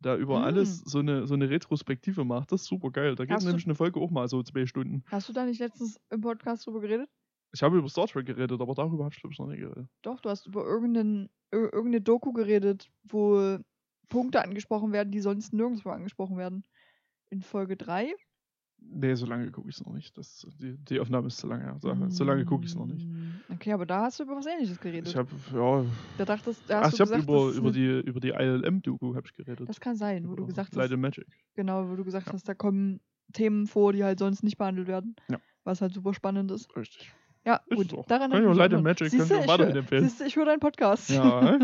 [SPEAKER 2] Da über
[SPEAKER 1] Hm.
[SPEAKER 2] alles so eine, so eine Retrospektive macht. Das ist super geil. Da geht
[SPEAKER 1] Hast du-
[SPEAKER 2] nämlich eine Folge auch mal so zwei Stunden.
[SPEAKER 1] hast du da nicht letztens im Podcast drüber geredet?
[SPEAKER 2] Ich habe über Star Trek geredet, aber darüber habe ich glaube ich noch nicht geredet.
[SPEAKER 1] Doch, du hast über irgendeinen, ir- irgendeine Doku geredet, wo Punkte angesprochen werden, die sonst nirgendwo angesprochen werden. In Folge 3.
[SPEAKER 2] Nee, so lange gucke ich es noch nicht. Das, die, die Aufnahme ist zu lange. her. So, so lange gucke ich es noch nicht.
[SPEAKER 1] Mm, Okay, aber da hast du über was ähnliches geredet.
[SPEAKER 2] Ich habe ja,
[SPEAKER 1] da dachtest da
[SPEAKER 2] ach,
[SPEAKER 1] hast
[SPEAKER 2] ich
[SPEAKER 1] du
[SPEAKER 2] habe
[SPEAKER 1] gesagt,
[SPEAKER 2] über,
[SPEAKER 1] das, ist
[SPEAKER 2] über,
[SPEAKER 1] eine-
[SPEAKER 2] die, über die ILM-Doku habe ich geredet.
[SPEAKER 1] das kann sein, wo du
[SPEAKER 2] Über
[SPEAKER 1] gesagt
[SPEAKER 2] Light
[SPEAKER 1] hast,
[SPEAKER 2] and Magic.
[SPEAKER 1] genau, wo du gesagt
[SPEAKER 2] Ja.
[SPEAKER 1] hast, da kommen Themen vor, die halt sonst nicht behandelt werden.
[SPEAKER 2] Ja.
[SPEAKER 1] Was halt super spannend ist.
[SPEAKER 2] Richtig.
[SPEAKER 1] Ja,
[SPEAKER 2] Ist
[SPEAKER 1] gut,
[SPEAKER 2] so.
[SPEAKER 1] daran
[SPEAKER 2] Kann ich
[SPEAKER 1] hab
[SPEAKER 2] auch
[SPEAKER 1] mich
[SPEAKER 2] Light and
[SPEAKER 1] erinnert.
[SPEAKER 2] Magic,
[SPEAKER 1] Siehste,
[SPEAKER 2] kann ich auch
[SPEAKER 1] ich, hör-
[SPEAKER 2] weiterempfehlen.
[SPEAKER 1] siehste, ich höre deinen Podcast.
[SPEAKER 2] Ja,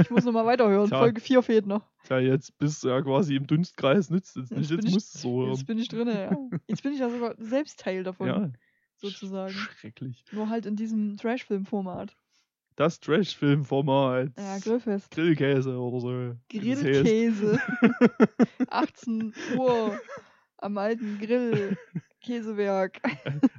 [SPEAKER 1] Ich muss nochmal weiterhören.
[SPEAKER 2] Tja.
[SPEAKER 1] Folge 4 fehlt noch.
[SPEAKER 2] ja, jetzt bist du ja quasi im Dunstkreis, nützt es
[SPEAKER 1] Jetzt
[SPEAKER 2] nicht. Jetzt
[SPEAKER 1] bin ich-
[SPEAKER 2] musst du so
[SPEAKER 1] Jetzt
[SPEAKER 2] hören.
[SPEAKER 1] bin ich drin, ja. Jetzt bin ich ja sogar selbst Teil davon.
[SPEAKER 2] Ja,
[SPEAKER 1] sozusagen.
[SPEAKER 2] Schrecklich.
[SPEAKER 1] Nur halt in diesem Trash-Film-Format.
[SPEAKER 2] das Trash-Filmformat.
[SPEAKER 1] Ja, Grillfest.
[SPEAKER 2] Grillkäse oder so. wie das heißt.
[SPEAKER 1] Grillkäse. 18 Uhr am alten Grill. Käsewerk.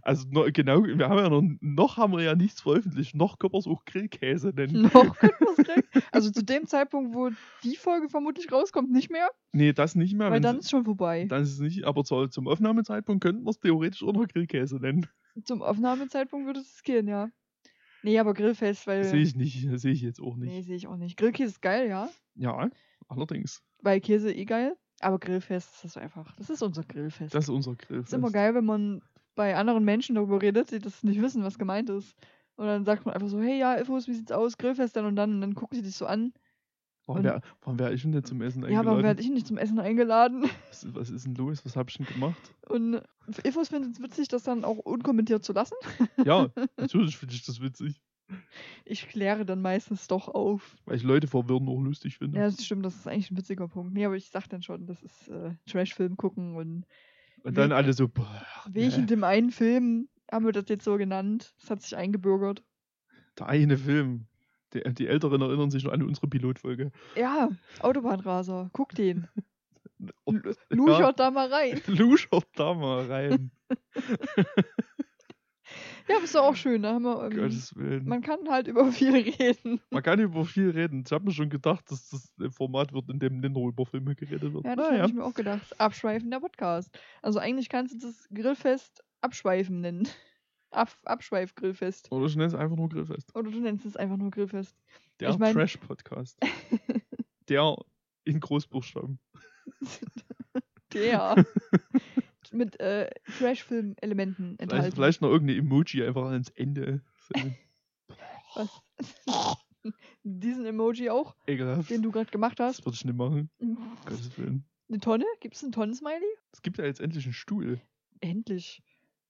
[SPEAKER 2] Also no, genau, wir haben ja noch, noch haben wir ja nichts veröffentlicht, noch können wir es auch Grillkäse nennen.
[SPEAKER 1] Noch könnte man's kriegen. Also zu dem Zeitpunkt, wo die Folge vermutlich rauskommt, nicht mehr,
[SPEAKER 2] Nee, das nicht mehr.
[SPEAKER 1] weil
[SPEAKER 2] wenn's-
[SPEAKER 1] dann ist schon vorbei.
[SPEAKER 2] dann ist es nicht, aber zu, zum Aufnahmezeitpunkt könnten wir es theoretisch auch noch Grillkäse nennen.
[SPEAKER 1] Zum Aufnahmezeitpunkt würde es gehen, ja. Nee, aber Grillfest, weil.
[SPEAKER 2] Das Sehe ich nicht, das sehe ich jetzt auch nicht.
[SPEAKER 1] Nee, sehe ich auch nicht. Grillkäse ist geil, ja.
[SPEAKER 2] Ja, allerdings.
[SPEAKER 1] Weil Käse eh geil. Aber Grillfest ist das einfach. Das ist unser Grillfest.
[SPEAKER 2] Das ist unser Grillfest.
[SPEAKER 1] ist immer geil, wenn man bei anderen Menschen darüber redet, die das nicht wissen, was gemeint ist. Und dann sagt man einfach so, hey, ja, Infos, wie sieht's aus? Grillfest dann und dann. Und dann gucken sie dich so an.
[SPEAKER 2] Warum wäre wär ich denn nicht zum Essen
[SPEAKER 1] Ja,
[SPEAKER 2] eingeladen?
[SPEAKER 1] aber werde ich nicht zum Essen eingeladen?
[SPEAKER 2] was, was ist denn los? Was hab ich denn gemacht?
[SPEAKER 1] Und Infos findet es witzig, das dann auch unkommentiert zu lassen.
[SPEAKER 2] Ja, natürlich finde ich das witzig,
[SPEAKER 1] Ich kläre dann meistens doch auf.
[SPEAKER 2] weil ich Leute verwirren auch lustig finde.
[SPEAKER 1] Ja, das stimmt, das ist eigentlich ein witziger Punkt. Nee, aber ich sag dann schon, das ist äh, Trash-Film gucken und
[SPEAKER 2] Und dann alle so, boah,
[SPEAKER 1] welchen
[SPEAKER 2] nee,
[SPEAKER 1] dem einen Film haben wir das jetzt so genannt? Das hat sich eingebürgert.
[SPEAKER 2] der eine Film. Die, die Älteren erinnern sich noch an unsere Pilotfolge.
[SPEAKER 1] Ja, Autobahnraser, guck den.
[SPEAKER 2] Und-
[SPEAKER 1] Luchert
[SPEAKER 2] Ja,
[SPEAKER 1] da mal rein.
[SPEAKER 2] Luschert da mal rein.
[SPEAKER 1] Ja, aber ist doch auch schön. Da haben wir, ähm,
[SPEAKER 2] um Gottes Willen.
[SPEAKER 1] man kann halt über viel reden.
[SPEAKER 2] Man kann über viel reden. Ich habe mir schon gedacht, dass das ein Format wird, in dem nicht nur über Filme geredet wird.
[SPEAKER 1] Ja, das
[SPEAKER 2] naja,
[SPEAKER 1] habe ich mir auch gedacht. Abschweifender Podcast. Also eigentlich kannst du das Grillfest Abschweifen nennen. Ab, Abschweif-Grillfest.
[SPEAKER 2] oder ich nenne es einfach nur Grillfest.
[SPEAKER 1] Oder du nennst es einfach nur Grillfest.
[SPEAKER 2] Der
[SPEAKER 1] Ich mein-
[SPEAKER 2] Trash-Podcast. Der in Großbuchstaben.
[SPEAKER 1] Der. Mit äh, Trash-Film-Elementen
[SPEAKER 2] Vielleicht,
[SPEAKER 1] enthalten.
[SPEAKER 2] vielleicht noch irgendeine Emoji einfach ans Ende. So,
[SPEAKER 1] Was? Diesen Emoji auch,
[SPEAKER 2] Ekelhaft.
[SPEAKER 1] den du gerade gemacht hast.
[SPEAKER 2] Das würde ich nicht machen.
[SPEAKER 1] Eine
[SPEAKER 2] Gottes Willen.
[SPEAKER 1] Tonne? Gibt es einen Tonnen-Smiley?
[SPEAKER 2] Es gibt ja jetzt endlich einen Stuhl.
[SPEAKER 1] Endlich.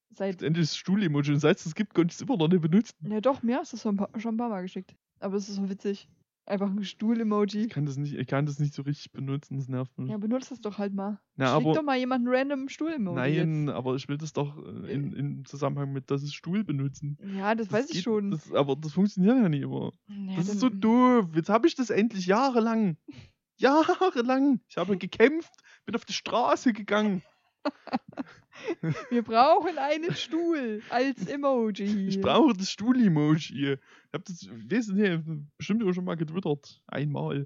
[SPEAKER 2] Jetzt
[SPEAKER 1] Seit.
[SPEAKER 2] endlich das Stuhl-Emoji. Und seit es das gibt, konnte ich es immer noch nicht benutzen.
[SPEAKER 1] Ja, doch, mir hast du es schon ein paar- schon ein paar Mal geschickt. Aber es ist so witzig. Einfach ein Stuhl-Emoji.
[SPEAKER 2] Ich kann das nicht, ich kann das nicht so richtig benutzen. Das nervt mich.
[SPEAKER 1] Ja, benutzt das doch halt mal.
[SPEAKER 2] Hm. Na,
[SPEAKER 1] Schick
[SPEAKER 2] aber-
[SPEAKER 1] doch mal jemanden random Stuhl-Emoji.
[SPEAKER 2] Nein, aber ich will das doch äh, in, in Zusammenhang mit, dass es Stuhl benutzen.
[SPEAKER 1] Jetzt. Ja, das, weiß ich
[SPEAKER 2] geht-
[SPEAKER 1] schon.
[SPEAKER 2] Das, aber das funktioniert ja nicht immer.
[SPEAKER 1] ja,
[SPEAKER 2] Das ist so
[SPEAKER 1] dann-
[SPEAKER 2] doof. Jetzt habe ich das endlich jahrelang. Jahrelang. Ich habe gekämpft, bin auf die Straße gegangen.
[SPEAKER 1] Wir brauchen einen Stuhl als Emoji.
[SPEAKER 2] Ich brauche das Stuhl-Emoji. Ich habe das, weiß nicht, bestimmt auch schon mal getwittert. Einmal.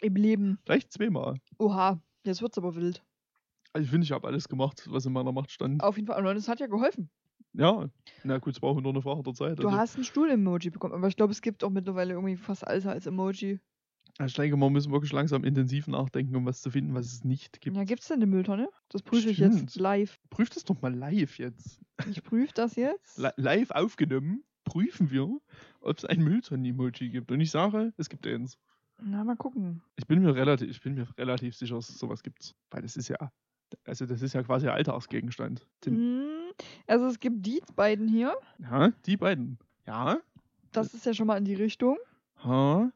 [SPEAKER 1] Im Leben.
[SPEAKER 2] Vielleicht zweimal.
[SPEAKER 1] Oha, jetzt wird's aber wild.
[SPEAKER 2] Also ich finde, ich habe alles gemacht, was in meiner Macht stand.
[SPEAKER 1] Auf jeden Fall. Und das hat ja geholfen.
[SPEAKER 2] Ja. Na gut, es war auch nur eine Frage der Zeit.
[SPEAKER 1] Du
[SPEAKER 2] Also,
[SPEAKER 1] hast ein Stuhl-Emoji bekommen. Aber ich glaube, es gibt auch mittlerweile irgendwie fast alles als Emoji.
[SPEAKER 2] ich denke, wir müssen wirklich langsam intensiv nachdenken, um was zu finden, was es nicht gibt.
[SPEAKER 1] Ja, gibt's denn eine Mülltonne? Das prüfe ich
[SPEAKER 2] Stimmt.
[SPEAKER 1] jetzt live.
[SPEAKER 2] Prüf das doch mal live jetzt.
[SPEAKER 1] Ich prüfe das jetzt.
[SPEAKER 2] li- live aufgenommen, prüfen wir, ob es ein Mülltonnen-Emoji gibt. Und ich sage, es gibt eins.
[SPEAKER 1] Na, mal gucken.
[SPEAKER 2] Ich bin mir relativ, ich bin mir relativ sicher, dass es sowas gibt. Weil das ist ja, also das ist ja quasi ein Alltagsgegenstand. Den,
[SPEAKER 1] Hm, Also es gibt die beiden hier.
[SPEAKER 2] ja, die beiden. Ja.
[SPEAKER 1] Das ist ja schon mal in die Richtung.
[SPEAKER 2] Ha.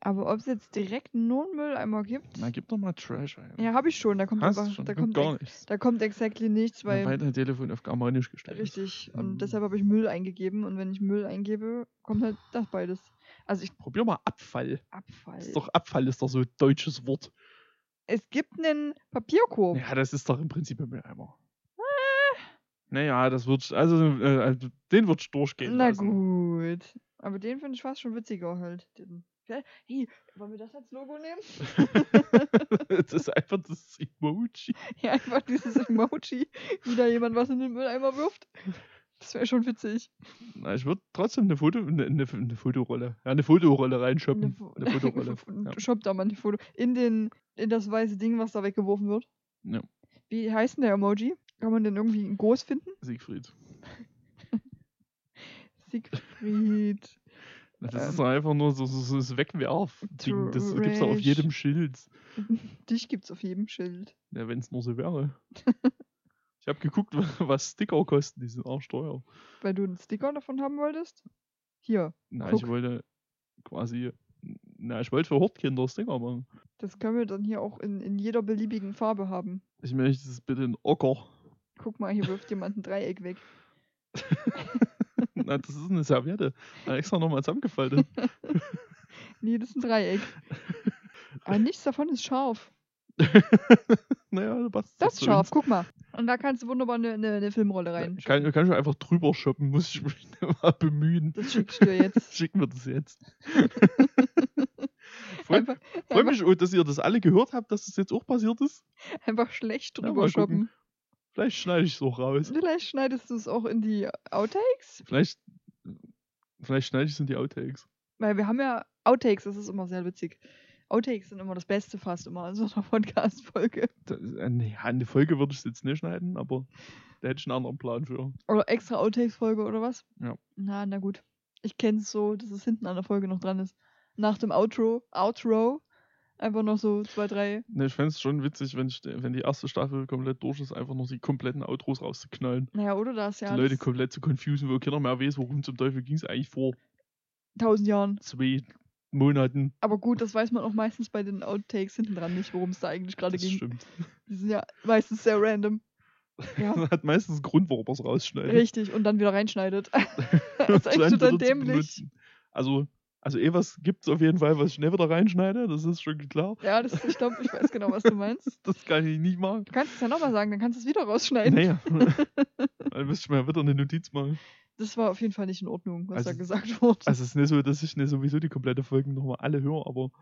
[SPEAKER 1] Aber ob es jetzt direkt nur einen Mülleimer gibt.
[SPEAKER 2] Na, gib doch mal Trash ein.
[SPEAKER 1] Ja, habe ich schon. Da kommt,
[SPEAKER 2] Hast
[SPEAKER 1] aber,
[SPEAKER 2] schon,
[SPEAKER 1] da
[SPEAKER 2] kommt
[SPEAKER 1] kommt,
[SPEAKER 2] gar
[SPEAKER 1] ex-
[SPEAKER 2] nichts.
[SPEAKER 1] da kommt exactly nichts,
[SPEAKER 2] Weil,
[SPEAKER 1] weil.
[SPEAKER 2] dein Telefon auf Germanisch gestellt ist.
[SPEAKER 1] Richtig.
[SPEAKER 2] Mhm.
[SPEAKER 1] Und deshalb habe ich Müll eingegeben. Und wenn ich Müll eingebe, kommt halt das beides. Also ich.
[SPEAKER 2] Probier mal Abfall.
[SPEAKER 1] Abfall.
[SPEAKER 2] Ist doch, Abfall ist doch so ein deutsches Wort.
[SPEAKER 1] Es gibt einen Papierkorb.
[SPEAKER 2] Ja, das ist doch im Prinzip ein Mülleimer.
[SPEAKER 1] Ah.
[SPEAKER 2] Naja, das wird, also, äh, also den wird durchgehen
[SPEAKER 1] Na
[SPEAKER 2] lassen.
[SPEAKER 1] gut. Aber den finde ich fast schon witziger halt. Den. Ja, Hey, wollen wir das als Logo nehmen?
[SPEAKER 2] das ist einfach das Emoji.
[SPEAKER 1] Ja, einfach dieses Emoji, wie da jemand was in den Mülleimer wirft. Das wäre schon witzig.
[SPEAKER 2] Na, ich würde trotzdem eine Foto, eine, eine, eine Fotorolle, ja, eine Fotorolle reinschoppen.
[SPEAKER 1] Fo-
[SPEAKER 2] Eine Fotorolle. ja.
[SPEAKER 1] Shop da mal ein Foto. In, den, in das weiße Ding, was da weggeworfen wird.
[SPEAKER 2] Ja.
[SPEAKER 1] Wie heißt denn der Emoji? Kann man den irgendwie in groß finden?
[SPEAKER 2] Siegfried.
[SPEAKER 1] Siegfried.
[SPEAKER 2] Na, Das
[SPEAKER 1] Ähm.
[SPEAKER 2] ist doch einfach nur so, so, so das Wegwerf-Ding. Das gibt's doch auf
[SPEAKER 1] Trash.
[SPEAKER 2] jedem Schild.
[SPEAKER 1] Dich gibt's auf jedem Schild.
[SPEAKER 2] Ja, wenn es nur so wäre. Ich habe geguckt, was Sticker kosten, die sind auch teuer.
[SPEAKER 1] Weil du einen Sticker davon haben wolltest? Hier,
[SPEAKER 2] Na, ich
[SPEAKER 1] Guck.
[SPEAKER 2] wollte quasi, na, ich wollte für Hortkinder Sticker machen.
[SPEAKER 1] das können wir dann hier auch in, in jeder beliebigen Farbe haben.
[SPEAKER 2] Ich möchte das bitte in Ocker.
[SPEAKER 1] Guck mal, hier wirft jemand ein Dreieck weg.
[SPEAKER 2] na, das ist eine Serviette. Hat extra nochmal zusammengefaltet.
[SPEAKER 1] Nee, das ist ein Dreieck. Aber nichts davon ist scharf.
[SPEAKER 2] naja, du passt
[SPEAKER 1] Das ist scharf, guck mal. Und da kannst du wunderbar eine, eine, eine Filmrolle rein.
[SPEAKER 2] Ich kann, kann ich einfach drüber shoppen, muss ich mich mal bemühen.
[SPEAKER 1] Das schickst du jetzt.
[SPEAKER 2] Schick mir das jetzt. Freut
[SPEAKER 1] Einfach,
[SPEAKER 2] freu mich, oh, dass ihr das alle gehört habt, dass das jetzt auch passiert ist.
[SPEAKER 1] einfach schlecht
[SPEAKER 2] Ja, mal
[SPEAKER 1] drüber shoppen.
[SPEAKER 2] gucken. Vielleicht schneide ich es auch raus.
[SPEAKER 1] Vielleicht schneidest du es auch in die Outtakes.
[SPEAKER 2] Vielleicht, vielleicht schneide ich es in die Outtakes.
[SPEAKER 1] Weil wir haben ja Outtakes, das ist immer sehr witzig. Outtakes sind immer das Beste fast immer in so einer Podcast-Folge.
[SPEAKER 2] Da- äh, nee, Eine Folge würde ich jetzt nicht schneiden, aber da hätte ich einen anderen Plan für.
[SPEAKER 1] Oder extra Outtakes-Folge oder was?
[SPEAKER 2] Ja.
[SPEAKER 1] Na, na gut. Ich kenne es so, dass es hinten an der Folge noch dran ist. Nach dem Outro, Outro, einfach noch so zwei, drei.
[SPEAKER 2] Ne, ich fände es schon witzig, wenn, ich, wenn die erste Staffel komplett durch ist, einfach noch die kompletten Outros rauszuknallen.
[SPEAKER 1] Naja, oder das ja.
[SPEAKER 2] die Leute
[SPEAKER 1] das-
[SPEAKER 2] komplett zu confusen, wo keiner mehr weiß, worum zum Teufel ging es eigentlich vor
[SPEAKER 1] tausend Jahren.
[SPEAKER 2] zwei Monaten.
[SPEAKER 1] Aber gut, das weiß man auch meistens bei den Outtakes hinten dran nicht, worum es da eigentlich gerade
[SPEAKER 2] Das
[SPEAKER 1] ging.
[SPEAKER 2] stimmt.
[SPEAKER 1] Die sind ja meistens sehr random. Ja,
[SPEAKER 2] Das hat meistens einen Grund, warum er es rausschneidet.
[SPEAKER 1] richtig. Und dann wieder reinschneidet. das ist
[SPEAKER 2] Um
[SPEAKER 1] echt total
[SPEAKER 2] dann wieder zu
[SPEAKER 1] dämlich.
[SPEAKER 2] benutzen. Also, also eh was gibt es auf jeden Fall, was ich schnell wieder reinschneide, das ist schon klar.
[SPEAKER 1] Ja, das, ich glaube, ich weiß genau, was du meinst.
[SPEAKER 2] Das kann ich nicht machen.
[SPEAKER 1] Du kannst es ja nochmal sagen, dann kannst du es wieder rausschneiden.
[SPEAKER 2] Naja, dann müsste ich mir wieder eine Notiz machen.
[SPEAKER 1] Das war auf jeden Fall nicht in Ordnung, was da
[SPEAKER 2] Also-
[SPEAKER 1] gesagt wurde. Also,
[SPEAKER 2] Also es ist nicht so, dass ich nicht sowieso die komplette Folge nochmal alle höre, aber...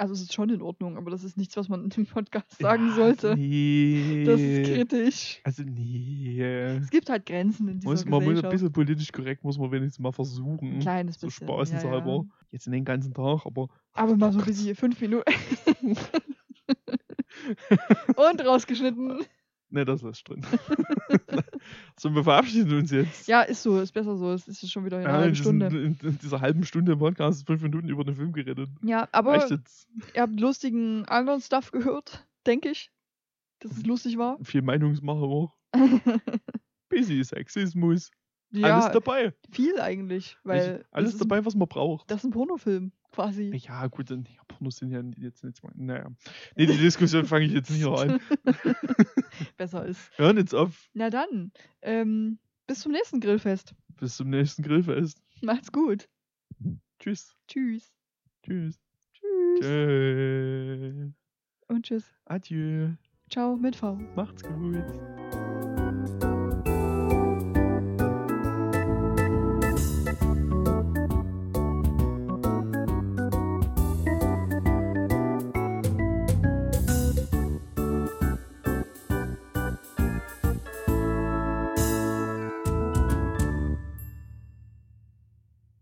[SPEAKER 1] Also, es ist schon in Ordnung, aber das ist nichts, was man in dem Podcast sagen sollte.
[SPEAKER 2] Nee.
[SPEAKER 1] Das ist kritisch.
[SPEAKER 2] also nee.
[SPEAKER 1] Es gibt halt Grenzen in dieser
[SPEAKER 2] Muss, man muss ein
[SPEAKER 1] Gesellschaft.
[SPEAKER 2] bisschen politisch korrekt, muss man wenigstens mal versuchen.
[SPEAKER 1] ein kleines
[SPEAKER 2] so
[SPEAKER 1] bisschen.
[SPEAKER 2] spaßenshalber.
[SPEAKER 1] Ja, ja.
[SPEAKER 2] Jetzt in den ganzen Tag, aber
[SPEAKER 1] Aber mal so ein bisschen fünf Minuten. Und rausgeschnitten.
[SPEAKER 2] ne, das lässt drin. so, wir verabschieden uns jetzt.
[SPEAKER 1] Ja, ist so, ist besser so. Es ist schon wieder eine
[SPEAKER 2] Ja, in,
[SPEAKER 1] halbe
[SPEAKER 2] diesen,
[SPEAKER 1] Stunde.
[SPEAKER 2] in, in dieser halben Stunde im Podcast fünf Minuten über den Film geredet.
[SPEAKER 1] Ja,
[SPEAKER 2] Reicht
[SPEAKER 1] aber
[SPEAKER 2] jetzt
[SPEAKER 1] ihr habt lustigen anderen Stuff gehört, denke ich. Dass es lustig war.
[SPEAKER 2] viel Meinungsmache auch. Busy Sexismus.
[SPEAKER 1] ja,
[SPEAKER 2] Alles dabei.
[SPEAKER 1] viel eigentlich. Weil
[SPEAKER 2] Alles
[SPEAKER 1] das ist ein
[SPEAKER 2] dabei, was man braucht.
[SPEAKER 1] Das ist ein Pornofilm, quasi.
[SPEAKER 2] Ja, gut, dann ja, Pornos sind ja jetzt nicht mal. Naja. Nee, die Diskussion fange ich jetzt nicht noch an.
[SPEAKER 1] Besser ist.
[SPEAKER 2] Hören jetzt auf.
[SPEAKER 1] Na dann, ähm, bis zum nächsten Grillfest.
[SPEAKER 2] Bis zum nächsten Grillfest.
[SPEAKER 1] Macht's gut.
[SPEAKER 2] Tschüss.
[SPEAKER 1] Tschüss.
[SPEAKER 2] Tschüss.
[SPEAKER 1] Tschüss.
[SPEAKER 2] Tschüss.
[SPEAKER 1] Und tschüss.
[SPEAKER 2] Adieu.
[SPEAKER 1] Ciao mit V.
[SPEAKER 2] Macht's gut.